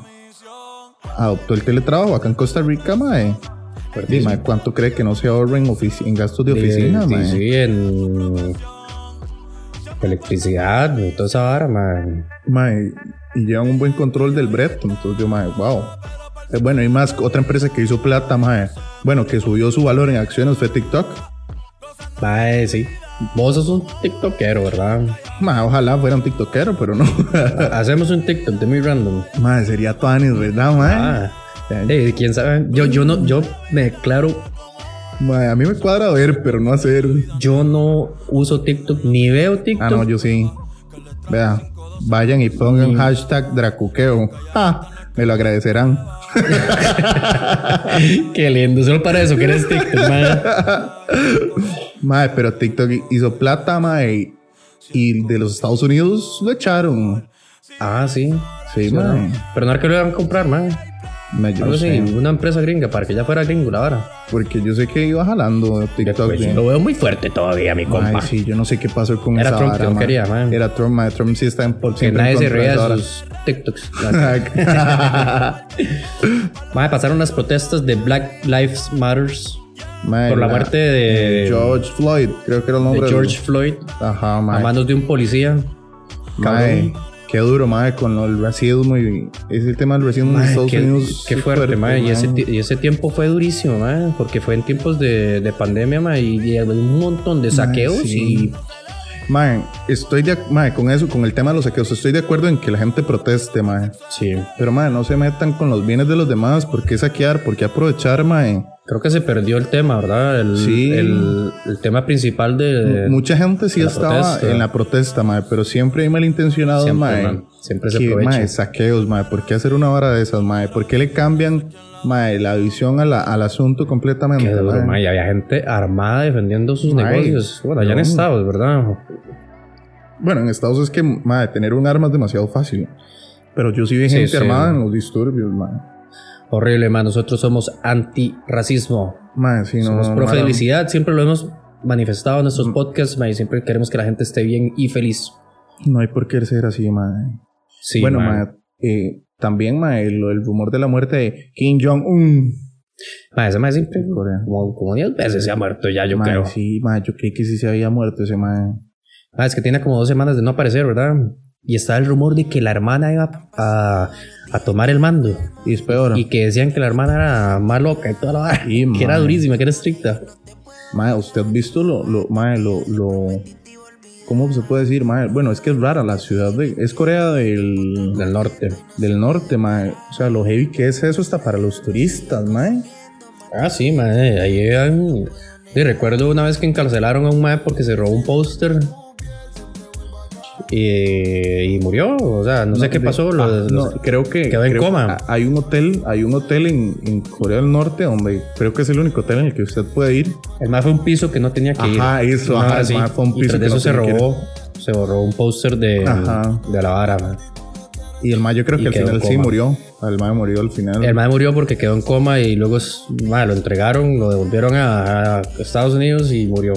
[SPEAKER 3] Adoptó el teletrabajo acá en Costa Rica, mae. Sí, mae, ¿cuánto cree que no se ahorra en, ofici- en gastos de
[SPEAKER 2] Sí,
[SPEAKER 3] oficina,
[SPEAKER 2] sí,
[SPEAKER 3] mae?
[SPEAKER 2] sí, en, electricidad, y toda esa vara, mae.
[SPEAKER 3] Mae, y llevan un buen control del Breton. Entonces yo, mae, wow. Eh, Bueno, y más, otra empresa que hizo plata, mae. Bueno, que subió su valor en acciones fue TikTok.
[SPEAKER 2] Mae, sí. Vos sos un tiktokero, ¿verdad?
[SPEAKER 3] Mae, ojalá fuera un tiktokero, pero no. [LAUGHS]
[SPEAKER 2] Hacemos un tiktok de muy random.
[SPEAKER 3] mae, sería Tuanis, ¿verdad, mae?
[SPEAKER 2] Ah.
[SPEAKER 3] Eh,
[SPEAKER 2] Eh, quién sabe. Yo, yo no, yo me declaro,
[SPEAKER 3] mae, a mí me cuadra ver, pero no hacer.
[SPEAKER 2] yo no uso TikTok ni veo TikTok.
[SPEAKER 3] Ah, no, yo sí. Vea, vayan y pongan hashtag Dracuqueo. Ah, me lo agradecerán.
[SPEAKER 2] Qué lindo, solo para eso que eres
[SPEAKER 3] [LAUGHS]
[SPEAKER 2] TikTok, mae.
[SPEAKER 3] Mae, pero TikTok hizo plata, mae. Y de los Estados Unidos lo echaron.
[SPEAKER 2] Ah, sí.
[SPEAKER 3] Sí, mae.
[SPEAKER 2] Pero no era que lo iban a comprar, mae.
[SPEAKER 3] Me yo
[SPEAKER 2] Algo
[SPEAKER 3] no
[SPEAKER 2] así,
[SPEAKER 3] sé.
[SPEAKER 2] una empresa gringa, para que ya fuera gringo ahora.
[SPEAKER 3] Porque yo sé que iba jalando TikTok.
[SPEAKER 2] Pues,
[SPEAKER 3] bien.
[SPEAKER 2] lo veo muy fuerte todavía, mi
[SPEAKER 3] Mae,
[SPEAKER 2] compa.
[SPEAKER 3] sí, yo no sé qué pasó con
[SPEAKER 2] Era
[SPEAKER 3] esa
[SPEAKER 2] Trump que
[SPEAKER 3] vara,
[SPEAKER 2] no
[SPEAKER 3] mae.
[SPEAKER 2] quería, mae.
[SPEAKER 3] Era Trump, mae. Trump sí está en por
[SPEAKER 2] que
[SPEAKER 3] siempre en
[SPEAKER 2] nadie se
[SPEAKER 3] contra
[SPEAKER 2] ría
[SPEAKER 3] esa
[SPEAKER 2] de
[SPEAKER 3] vara.
[SPEAKER 2] sus
[SPEAKER 3] [LAUGHS]
[SPEAKER 2] TikToks. [LAUGHS] Mae, pasaron las protestas de Black Lives Matters
[SPEAKER 3] Mae,
[SPEAKER 2] por la muerte de,
[SPEAKER 3] George Floyd, creo que era
[SPEAKER 2] de
[SPEAKER 3] el nombre. del-
[SPEAKER 2] George Floyd
[SPEAKER 3] Ajá,
[SPEAKER 2] a
[SPEAKER 3] mae.
[SPEAKER 2] manos de un policía.
[SPEAKER 3] Mae, qué duro, mae, con lo- el racismo y es el tema del racismo en
[SPEAKER 2] Ay,
[SPEAKER 3] Estados
[SPEAKER 2] qué,
[SPEAKER 3] Unidos.
[SPEAKER 2] qué
[SPEAKER 3] sí,
[SPEAKER 2] fuerte, mae. Y, ese,
[SPEAKER 3] mae.
[SPEAKER 2] ti- y ese tiempo fue durísimo, mae, porque fue en tiempos de, de pandemia, mae, y, y había un montón de saqueos
[SPEAKER 3] sí. Mae, estoy de ac- mae, con eso, con el tema de los saqueos, estoy de acuerdo en que la gente proteste, mae.
[SPEAKER 2] y... Sí,
[SPEAKER 3] Pero mae, no se metan con los bienes de los demás, ¿por qué saquear? ¿Por qué aprovechar, mae?
[SPEAKER 2] creo que se perdió el tema, ¿verdad? El,
[SPEAKER 3] Sí.
[SPEAKER 2] el, el tema principal de...
[SPEAKER 3] Mucha gente sí
[SPEAKER 2] Eh, la
[SPEAKER 3] estaba
[SPEAKER 2] protesta.
[SPEAKER 3] en la protesta, mae, pero siempre hay malintencionados,
[SPEAKER 2] Siempre,
[SPEAKER 3] mae.
[SPEAKER 2] man, siempre se
[SPEAKER 3] que,
[SPEAKER 2] aprovecha.
[SPEAKER 3] mae, saqueos, mae, ¿por qué hacer una vara de esas, mae? ¿Por qué le cambian, mae, la visión a la- al asunto completamente,
[SPEAKER 2] Qué duro,
[SPEAKER 3] mae?
[SPEAKER 2] mae, y había gente armada defendiendo sus
[SPEAKER 3] Mae,
[SPEAKER 2] negocios. Bueno, allá en
[SPEAKER 3] no.
[SPEAKER 2] Estados, ¿verdad?
[SPEAKER 3] Bueno, en Estados es que, madre, tener un arma es demasiado fácil. Pero yo sí vi
[SPEAKER 2] Sí,
[SPEAKER 3] gente
[SPEAKER 2] sí.
[SPEAKER 3] armada en los disturbios, madre.
[SPEAKER 2] Horrible, mae. Nosotros somos antirracismo.
[SPEAKER 3] Madre, sí, no.
[SPEAKER 2] Somos
[SPEAKER 3] no, Mm.
[SPEAKER 2] pro
[SPEAKER 3] mae,
[SPEAKER 2] felicidad. Siempre lo hemos manifestado en nuestros podcasts, mae. y Siempre queremos que la gente esté bien y feliz.
[SPEAKER 3] No hay por qué ser así, madre.
[SPEAKER 2] Sí,
[SPEAKER 3] bueno,
[SPEAKER 2] mae.
[SPEAKER 3] madre, eh, también, madre, lo del rumor de la muerte de Kim Jong-un.
[SPEAKER 2] Mae, ese mae siempre,
[SPEAKER 3] Corea.
[SPEAKER 2] como, como 10 veces se ha muerto ya, yo
[SPEAKER 3] Mae,
[SPEAKER 2] creo.
[SPEAKER 3] sí, madre, yo creí que sí se había muerto ese, madre.
[SPEAKER 2] Mae, es que tiene como dos semanas de no aparecer, ¿verdad? Y está el rumor de que la hermana iba a, a tomar el mando.
[SPEAKER 3] Y es peor.
[SPEAKER 2] Y que decían que la hermana era más loca y toda la vara.
[SPEAKER 3] Sí,
[SPEAKER 2] [LAUGHS] que era
[SPEAKER 3] mae.
[SPEAKER 2] durísima, que era estricta.
[SPEAKER 3] Madre, ¿usted ha visto lo, lo, madre, lo, lo... ¿Cómo se puede decir, madre? Bueno, es que es rara la ciudad de... Es Corea del...
[SPEAKER 2] Del norte.
[SPEAKER 3] del norte, mae. O sea, lo heavy que es eso está para los turistas, mae.
[SPEAKER 2] Ah, sí, mae. Ahí han- sí, recuerdo una vez que encarcelaron a un mae porque se robó un póster. Y, y murió. O sea, no, sé qué
[SPEAKER 3] de-
[SPEAKER 2] pasó.
[SPEAKER 3] ah,
[SPEAKER 2] lo-
[SPEAKER 3] no, creo que
[SPEAKER 2] quedó en
[SPEAKER 3] creo-
[SPEAKER 2] coma.
[SPEAKER 3] a- Hay un hotel, hay un hotel en, en Corea del Norte donde creo que es el único hotel en el que usted puede ir.
[SPEAKER 2] El mae fue un piso que no tenía que ir.
[SPEAKER 3] Ajá, eso,
[SPEAKER 2] Ah,
[SPEAKER 3] ajá, el
[SPEAKER 2] sí.
[SPEAKER 3] mae fue un
[SPEAKER 2] Y
[SPEAKER 3] piso
[SPEAKER 2] tras de
[SPEAKER 3] que
[SPEAKER 2] eso
[SPEAKER 3] no
[SPEAKER 2] se
[SPEAKER 3] tenía que
[SPEAKER 2] robó. Se borró un póster de,
[SPEAKER 3] Ajá.
[SPEAKER 2] de la vara, man.
[SPEAKER 3] Y el mayo creo
[SPEAKER 2] Y
[SPEAKER 3] que al
[SPEAKER 2] quedó en
[SPEAKER 3] final sí
[SPEAKER 2] coma.
[SPEAKER 3] murió. El mayo murió al final.
[SPEAKER 2] El mae murió porque quedó en coma y luego es- mae, lo entregaron, lo devolvieron a, a Estados Unidos y murió.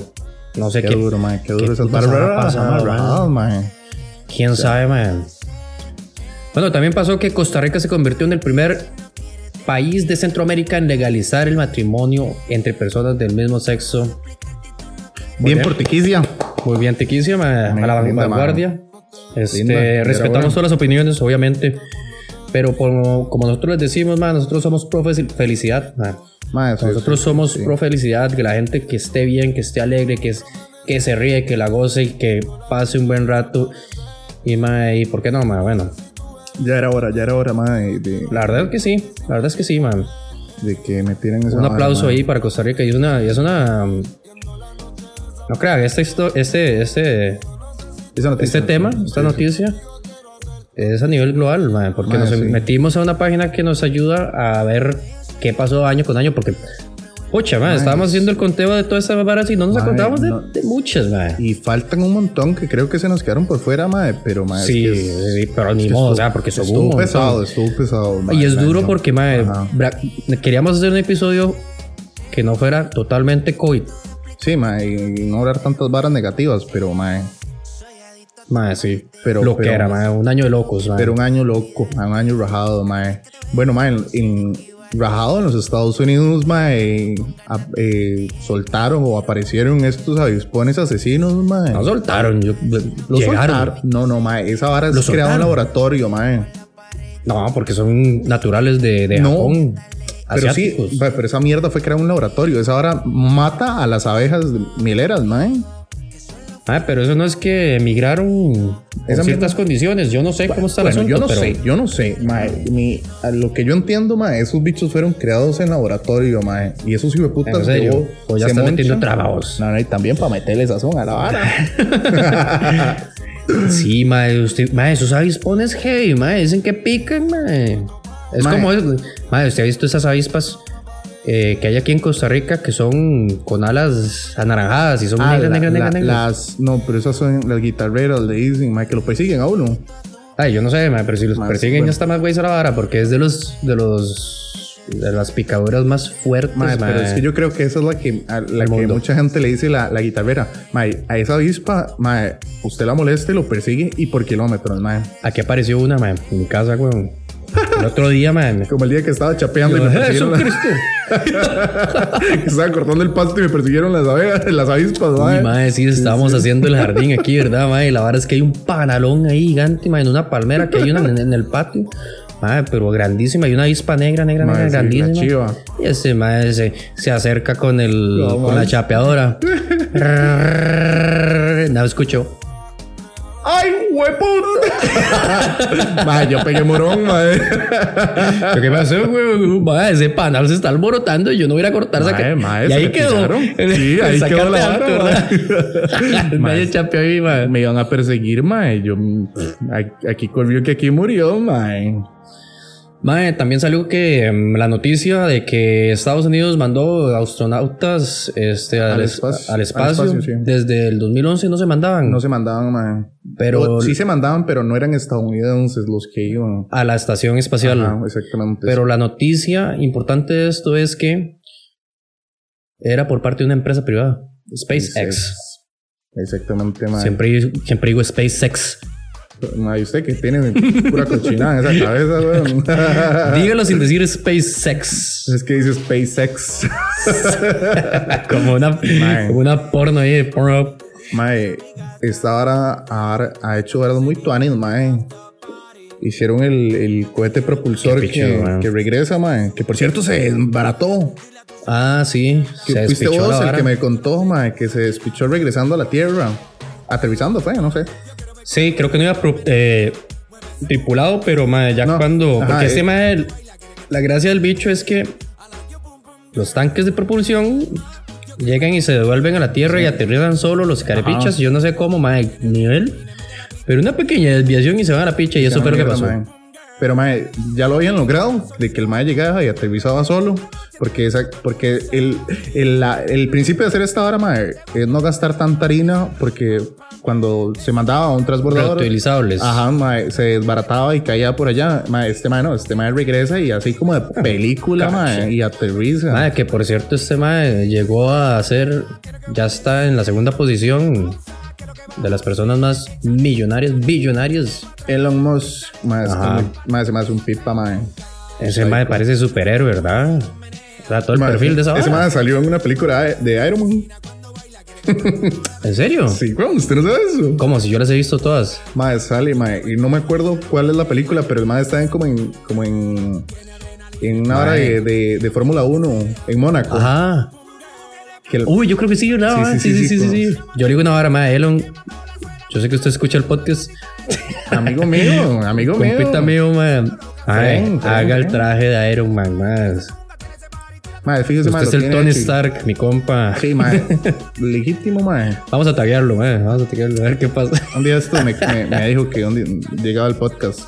[SPEAKER 2] No sé
[SPEAKER 3] qué
[SPEAKER 2] qué.
[SPEAKER 3] duro, mae, qué duro
[SPEAKER 2] qué
[SPEAKER 3] esas
[SPEAKER 2] putas habrá
[SPEAKER 3] barbaras.
[SPEAKER 2] pasado,
[SPEAKER 3] barbaras, mae.
[SPEAKER 2] ¿Quién sabe, man? Bueno, también pasó que Costa Rica se convirtió en el primer país de Centroamérica en legalizar el matrimonio entre personas del mismo sexo.
[SPEAKER 3] Bien
[SPEAKER 2] bien.
[SPEAKER 3] por Tiquicia.
[SPEAKER 2] Muy bien, Tequicia, ma- a la
[SPEAKER 3] Linda, ma.
[SPEAKER 2] vanguardia. Este,
[SPEAKER 3] Linda, pero
[SPEAKER 2] respetamos
[SPEAKER 3] bueno.
[SPEAKER 2] todas las opiniones, obviamente. Pero como, como nosotros les decimos, ma, nosotros somos pro fe- felicidad. ma.
[SPEAKER 3] Mae, sí,
[SPEAKER 2] Nosotros somos pro felicidad, que la gente que esté bien, que esté alegre, que, es, que se ríe, que la goce y que pase un buen rato. Y, ma, ¿y por qué no, ma? Bueno,
[SPEAKER 3] sí. Ya era hora, ya era hora, mae, de,
[SPEAKER 2] la verdad es que sí, la verdad es que sí, man.
[SPEAKER 3] de que metieran esa
[SPEAKER 2] Un
[SPEAKER 3] vara,
[SPEAKER 2] aplauso
[SPEAKER 3] mae.
[SPEAKER 2] ahí para Costa Rica. Y es una. y es una mm, no crean, este, histo- este, este,
[SPEAKER 3] Esa noticia.
[SPEAKER 2] este tema, esta noticia, es a nivel global, man, porque
[SPEAKER 3] Mae,
[SPEAKER 2] nos
[SPEAKER 3] sí.
[SPEAKER 2] metimos a una página que nos ayuda a ver qué pasó año con año, porque, pucha, man, estábamos haciendo el conteo de todas estas varas y no nos
[SPEAKER 3] Mae,
[SPEAKER 2] acordamos de,
[SPEAKER 3] no.
[SPEAKER 2] de muchas, man.
[SPEAKER 3] Y faltan un montón que creo que se nos quedaron por fuera, mae, pero mae. es
[SPEAKER 2] Sí, eh,
[SPEAKER 3] que es-
[SPEAKER 2] sí, pero ni
[SPEAKER 3] que
[SPEAKER 2] modo,
[SPEAKER 3] estuvo-
[SPEAKER 2] o sea, porque son un
[SPEAKER 3] Estuvo
[SPEAKER 2] montón.
[SPEAKER 3] pesado, estuvo pesado. mae,
[SPEAKER 2] Y es
[SPEAKER 3] mae,
[SPEAKER 2] duro
[SPEAKER 3] no.
[SPEAKER 2] porque, mae,
[SPEAKER 3] Ajá.
[SPEAKER 2] bra- queríamos hacer un episodio que no fuera totalmente COVID.
[SPEAKER 3] Sí, mae, y no hablar tantas varas negativas, pero mae.
[SPEAKER 2] Mae, sí.
[SPEAKER 3] Pero-
[SPEAKER 2] lo
[SPEAKER 3] pero-
[SPEAKER 2] que era, mae, un año de locos, mae.
[SPEAKER 3] Pero un año loco, mae, un año rajado, mae. Bueno, mae, en, en- rajado en los Estados Unidos, mae, a- eh, soltaron o aparecieron estos avispones asesinos, mae.
[SPEAKER 2] No soltaron, yo,
[SPEAKER 3] Los
[SPEAKER 2] llegaron.
[SPEAKER 3] soltaron. No, no, mae, esa vara
[SPEAKER 2] Los
[SPEAKER 3] es creada en un
[SPEAKER 2] soltaron.
[SPEAKER 3] laboratorio, mae.
[SPEAKER 2] No, porque son naturales de, de
[SPEAKER 3] No,
[SPEAKER 2] Japón.
[SPEAKER 3] Pero sí,
[SPEAKER 2] asiáticos.
[SPEAKER 3] mae, pero esa mierda fue creada en un laboratorio. Esa vara mata a las abejas mileras, mae.
[SPEAKER 2] Ah, pero eso no es que emigraron en
[SPEAKER 3] Esa
[SPEAKER 2] ciertas condiciones. Yo no sé cómo está la
[SPEAKER 3] Bueno,
[SPEAKER 2] asunto.
[SPEAKER 3] yo no
[SPEAKER 2] pero-
[SPEAKER 3] sé, yo no sé, mae. Mi- a lo que yo entiendo, mae, esos bichos fueron creados en laboratorio, mae. Y esos
[SPEAKER 2] En
[SPEAKER 3] hijueputas
[SPEAKER 2] serio,
[SPEAKER 3] que vos
[SPEAKER 2] o ya
[SPEAKER 3] se
[SPEAKER 2] estás metiendo
[SPEAKER 3] monchan.
[SPEAKER 2] trabajos.
[SPEAKER 3] No, no, y también para meterle sazón a
[SPEAKER 2] [LAUGHS]
[SPEAKER 3] la vara. Mm.
[SPEAKER 2] Sí, mae, usted, mae, esos avispones heavy, mae, dicen que pican, mae. Es
[SPEAKER 3] Mae.
[SPEAKER 2] como, es- mae, usted ha visto esas avispas eh, que hay aquí en Costa Rica que son con alas anaranjadas y son
[SPEAKER 3] Ah,
[SPEAKER 2] negras,
[SPEAKER 3] la-
[SPEAKER 2] negras,
[SPEAKER 3] la-
[SPEAKER 2] negras, negras.
[SPEAKER 3] Las, no, pero esas son las guitarreras, le dicen, mae, que lo persiguen a uno.
[SPEAKER 2] Ay, yo no sé, mae, pero si los
[SPEAKER 3] Más,
[SPEAKER 2] persiguen
[SPEAKER 3] bueno.
[SPEAKER 2] ya está más güey a la vara porque es de los, de los, de las picaduras más fuertes,
[SPEAKER 3] Mae,
[SPEAKER 2] Pues, mae.
[SPEAKER 3] pero es que yo creo que esa es la que, a
[SPEAKER 2] El
[SPEAKER 3] la que
[SPEAKER 2] mundo.
[SPEAKER 3] mucha gente le dice la, la guitarrera. Mae, a esa avispa, mae, usted la molesta y lo persigue y por kilómetros, mae.
[SPEAKER 2] Aquí apareció una, mae, en mi casa, güey. El otro día, mae.
[SPEAKER 3] Como el día que estaba chapeando y me persiguieron. las-
[SPEAKER 2] "Eh, Jesucristo.
[SPEAKER 3] [LAUGHS] que estaba cortando el pasto y me persiguieron las abejas, [LAUGHS] las avispas,
[SPEAKER 2] Mi
[SPEAKER 3] mae.
[SPEAKER 2] madre, sí, estábamos haciendo el jardín
[SPEAKER 3] [LAUGHS]
[SPEAKER 2] aquí, ¿verdad, madre? Y la verdad es que hay un panalón ahí gigante, madre, en una palmera que hay una en, en el patio. Madre, pero grandísima. Y una avispa negra, negra,
[SPEAKER 3] Mae,
[SPEAKER 2] negra,
[SPEAKER 3] sí,
[SPEAKER 2] grandísima.
[SPEAKER 3] la chiva.
[SPEAKER 2] Y ese madre se, se acerca con el
[SPEAKER 3] No,
[SPEAKER 2] con la
[SPEAKER 3] mae. [LAUGHS]
[SPEAKER 2] chapeadora. [LAUGHS] no escuchó.
[SPEAKER 3] ¡Ay,
[SPEAKER 2] [LAUGHS]
[SPEAKER 3] hueputa! mae, yo pegué morón, mae.
[SPEAKER 2] ¿Pero ¿Qué pasó, güey? Madre, ese panal se está alborotando y yo no voy a ir a cortar.
[SPEAKER 3] Mae,
[SPEAKER 2] saca-
[SPEAKER 3] mae,
[SPEAKER 2] y
[SPEAKER 3] se
[SPEAKER 2] ahí
[SPEAKER 3] le
[SPEAKER 2] quedó. [LAUGHS]
[SPEAKER 3] pisaron. Sí, ahí
[SPEAKER 2] Sacate
[SPEAKER 3] quedó la
[SPEAKER 2] alto,
[SPEAKER 3] vara,
[SPEAKER 2] ¿verdad? [LAUGHS]
[SPEAKER 3] [LAUGHS]
[SPEAKER 2] El madre chapeó ahí, madre.
[SPEAKER 3] Me iban a perseguir, mae. Yo, pff, aquí corrió que aquí murió, mae.
[SPEAKER 2] Mae, también salió que em, la noticia de que Estados Unidos mandó astronautas este, al,
[SPEAKER 3] Al
[SPEAKER 2] es-
[SPEAKER 3] espacio.
[SPEAKER 2] al
[SPEAKER 3] Al
[SPEAKER 2] espacio.
[SPEAKER 3] espacio, sí.
[SPEAKER 2] Desde el 2011 no se mandaban
[SPEAKER 3] No se mandaban, mae.
[SPEAKER 2] Pero-
[SPEAKER 3] O sí se mandaban, pero no eran estadounidenses los que iban.
[SPEAKER 2] a la estación espacial.
[SPEAKER 3] Ajá, pues. exactamente.
[SPEAKER 2] Pero la noticia importante de esto es que era por parte de una empresa privada, SpaceX.
[SPEAKER 3] Exactamente, mae.
[SPEAKER 2] Siempre, siempre digo SpaceX.
[SPEAKER 3] Mae, usted que tiene pura
[SPEAKER 2] [LAUGHS]
[SPEAKER 3] cochinada en esa cabeza, weón. Ah, [LAUGHS]
[SPEAKER 2] Dígalo sin decir SpaceX.
[SPEAKER 3] es que dice SpaceX.
[SPEAKER 2] [LAUGHS] Como una,
[SPEAKER 3] Mae.
[SPEAKER 2] como una porno ahí de Pornhub.
[SPEAKER 3] Mae, esta vara ahora ha hecho varas muy tuanes, mae. Hicieron el, el cohete propulsor
[SPEAKER 2] Qué pichu,
[SPEAKER 3] que,
[SPEAKER 2] mae.
[SPEAKER 3] que regresa, mae. Que por cierto se desbarató.
[SPEAKER 2] Ah, sí.
[SPEAKER 3] Que
[SPEAKER 2] se
[SPEAKER 3] fuiste
[SPEAKER 2] despichó la
[SPEAKER 3] vos el
[SPEAKER 2] vara.
[SPEAKER 3] que me contó, mae, que se despichó regresando a la Tierra. Aterrizando fue, no sé.
[SPEAKER 2] Sí, creo que no iba pro- eh, tripulado, pero mae, ya
[SPEAKER 3] No.
[SPEAKER 2] cuando.
[SPEAKER 3] Ajá,
[SPEAKER 2] porque
[SPEAKER 3] eh.
[SPEAKER 2] este mae, la gracia del bicho es que los tanques de propulsión llegan y se devuelven a la tierra y aterrizan solo los carepichas. Yo no sé cómo, mae, nivel. Pero una pequeña desviación y se van a la picha y eso fue lo que
[SPEAKER 3] Mierda,
[SPEAKER 2] pasó.
[SPEAKER 3] mae. Pero mae, ya lo habían logrado de que el mae llegaba y aterrizaba solo. Porque, esa, porque el, el, la- el principio de hacer esta hora, mae, es no gastar tanta harina porque cuando se mandaba a un transbordador.
[SPEAKER 2] Reutilizables.
[SPEAKER 3] Ajá, mae, se desbarataba y caía por allá. Mae, este mae no, este mae regresa y así como de película, mae, y aterriza.
[SPEAKER 2] Mae, que por cierto, este mae llegó a ser. Ya está en la segunda posición de las personas más millonarias, billonarias.
[SPEAKER 3] Elon Musk, mae, es
[SPEAKER 2] Ajá.
[SPEAKER 3] como- mae, se me hace un pipa, mae.
[SPEAKER 2] Ese mae parece superhéroe, ¿verdad? O sea, todo el
[SPEAKER 3] Mae,
[SPEAKER 2] perfil de esa
[SPEAKER 3] Ese
[SPEAKER 2] vara.
[SPEAKER 3] mae salió en una película de, de Iron Man.
[SPEAKER 2] ¿En serio?
[SPEAKER 3] Sí, weón, usted no sabe eso.
[SPEAKER 2] Como si yo las he visto todas.
[SPEAKER 3] Mae, sale, mae. Y no me acuerdo cuál es la película, pero el mae está en como en. como en. en una hora de, de, de Fórmula 1 en Mónaco.
[SPEAKER 2] Ajá.
[SPEAKER 3] Que el-
[SPEAKER 2] Uy, yo creo que sí, ¿verdad?
[SPEAKER 3] Sí,
[SPEAKER 2] mae?
[SPEAKER 3] sí,
[SPEAKER 2] Sí, sí,
[SPEAKER 3] sí,
[SPEAKER 2] sí,
[SPEAKER 3] sí,
[SPEAKER 2] sí, sí. Yo le digo una vara más Elon. Yo sé que usted escucha el podcast. [LAUGHS]
[SPEAKER 3] amigo mío, amigo mío.
[SPEAKER 2] Compita mío, man. Ay,
[SPEAKER 3] Tren, tren,
[SPEAKER 2] haga el
[SPEAKER 3] tren.
[SPEAKER 2] traje de Iron Man, más.
[SPEAKER 3] Mae, fíjese, Este mae.
[SPEAKER 2] Usted es
[SPEAKER 3] lo
[SPEAKER 2] el
[SPEAKER 3] tiene
[SPEAKER 2] Tony
[SPEAKER 3] hecho.
[SPEAKER 2] Stark, mi compa.
[SPEAKER 3] Sí,
[SPEAKER 2] [LAUGHS]
[SPEAKER 3] mae. Legítimo, mae.
[SPEAKER 2] Vamos a taguearlo, man. Vamos a taguearlo, a ver qué pasa.
[SPEAKER 3] Un día esto me, me- me dijo que un día llegaba el podcast.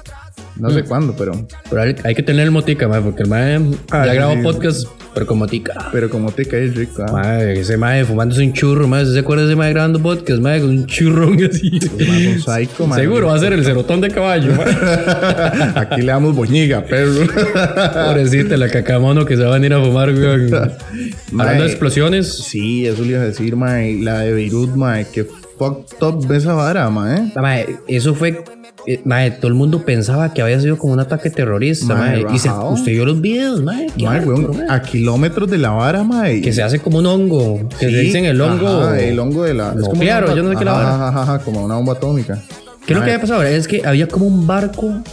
[SPEAKER 3] No
[SPEAKER 2] Mm.
[SPEAKER 3] sé cuándo, pero.
[SPEAKER 2] Pero hay, hay que tener el motica, man, porque el man ya
[SPEAKER 3] Ay,
[SPEAKER 2] grabó
[SPEAKER 3] sí.
[SPEAKER 2] podcast, pero con motica.
[SPEAKER 3] Pero como te caes rico, ah.
[SPEAKER 2] Madre, ese madre fumándose un churro, madre. ¿Se acuerda de ese madre grabando podcast, madre? Con un churrón [LAUGHS] así.
[SPEAKER 3] mae, un psycho, mae.
[SPEAKER 2] Seguro va a ser el cerotón de caballo, madre.
[SPEAKER 3] [LAUGHS]
[SPEAKER 2] [LAUGHS]
[SPEAKER 3] Aquí le damos boñiga, perro.
[SPEAKER 2] Pobrecita, la cacamono que se va a venir a fumar, güey. Hablando
[SPEAKER 3] Mae.
[SPEAKER 2] de explosiones.
[SPEAKER 3] Sí, eso le iba a decir, mae. La de Beirut, mae. Que fucked up esa vara, ¿eh? mae.
[SPEAKER 2] Mae, eso fue eh, mae, todo el mundo pensaba que había sido como un ataque terrorista,
[SPEAKER 3] Mae,
[SPEAKER 2] mae, y se,
[SPEAKER 3] rajao.
[SPEAKER 2] usted vio los videos, mae, qué
[SPEAKER 3] Mae,
[SPEAKER 2] harto,
[SPEAKER 3] weón,
[SPEAKER 2] mae.
[SPEAKER 3] a kilómetros de la vara, mae.
[SPEAKER 2] que se hace como un hongo, que
[SPEAKER 3] Sí,
[SPEAKER 2] le dicen el hongo,
[SPEAKER 3] ajá, el hongo de la. una
[SPEAKER 2] nuclear, o
[SPEAKER 3] bomba-
[SPEAKER 2] yo no sé qué la
[SPEAKER 3] ajá,
[SPEAKER 2] vara.
[SPEAKER 3] Ajá, ajá, como una bomba atómica.
[SPEAKER 2] ¿Qué es lo que
[SPEAKER 3] Mae,
[SPEAKER 2] había pasado? Es que había como un barco
[SPEAKER 3] mae,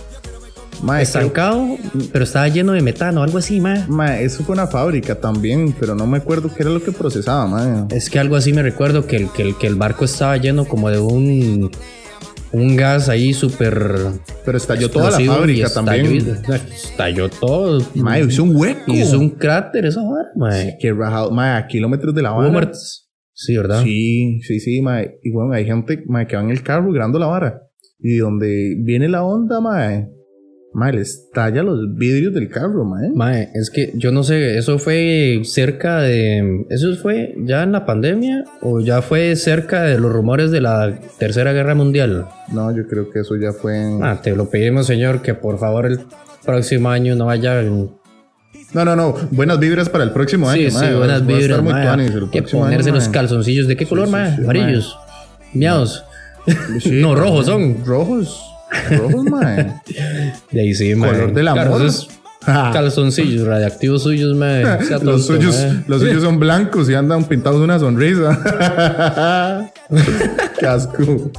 [SPEAKER 3] creo-
[SPEAKER 2] estancado, pero estaba lleno de metano, algo así, mae.
[SPEAKER 3] mae, eso fue una fábrica también, pero no me acuerdo qué era lo que procesaba, mae.
[SPEAKER 2] Es que algo así me recuerdo que el, que el, que el barco estaba lleno como de un, un gas ahí súper.
[SPEAKER 3] Pero estalló toda la
[SPEAKER 2] explosivo y
[SPEAKER 3] fábrica
[SPEAKER 2] estalló
[SPEAKER 3] también.
[SPEAKER 2] y- Estalló todo.
[SPEAKER 3] Mae, hizo un hueco.
[SPEAKER 2] Hizo un cráter esa vara, mae.
[SPEAKER 3] Que rajado, mae, a kilómetros de la
[SPEAKER 2] Hubo
[SPEAKER 3] vara.
[SPEAKER 2] muertes. Sí, ¿verdad?
[SPEAKER 3] Sí, sí, sí, mae. Y bueno, hay gente, mae, que va en el carro grabando la vara. Y donde viene la onda, mae. Mae, le estalla los vidrios del carro, mae.
[SPEAKER 2] Mae, es que yo no sé, eso fue cerca de. ¿Eso fue ya en la pandemia? ¿O ya fue cerca de los rumores de la Tercera Guerra Mundial?
[SPEAKER 3] No, yo creo que eso ya fue en...
[SPEAKER 2] Ah, te lo pedimos, señor, que por favor el próximo año no vaya. en-
[SPEAKER 3] No, no, no. Buenas vibras para el próximo año,
[SPEAKER 2] Sí, sí,
[SPEAKER 3] mae.
[SPEAKER 2] buenas
[SPEAKER 3] Va a estar
[SPEAKER 2] vibras,
[SPEAKER 3] muy
[SPEAKER 2] mae.
[SPEAKER 3] tuanis el
[SPEAKER 2] Que
[SPEAKER 3] próximo
[SPEAKER 2] ponerse
[SPEAKER 3] año,
[SPEAKER 2] los
[SPEAKER 3] mae.
[SPEAKER 2] calzoncillos. ¿De qué color,
[SPEAKER 3] sí,
[SPEAKER 2] mae?
[SPEAKER 3] sí,
[SPEAKER 2] Amarillos. Miados.
[SPEAKER 3] Sí,
[SPEAKER 2] no, rojos son.
[SPEAKER 3] Rojos. Rojos, mae.
[SPEAKER 2] De ahí sí, mae.
[SPEAKER 3] Color del
[SPEAKER 2] Claro,
[SPEAKER 3] amor.
[SPEAKER 2] esos calzoncillos radiactivos suyos,
[SPEAKER 3] [LAUGHS]
[SPEAKER 2] mae. Sea tonto,
[SPEAKER 3] los suyos,
[SPEAKER 2] mae.
[SPEAKER 3] los suyos son blancos y andan pintados de una
[SPEAKER 2] [LAUGHS]
[SPEAKER 3] sonrisa. Qué asco.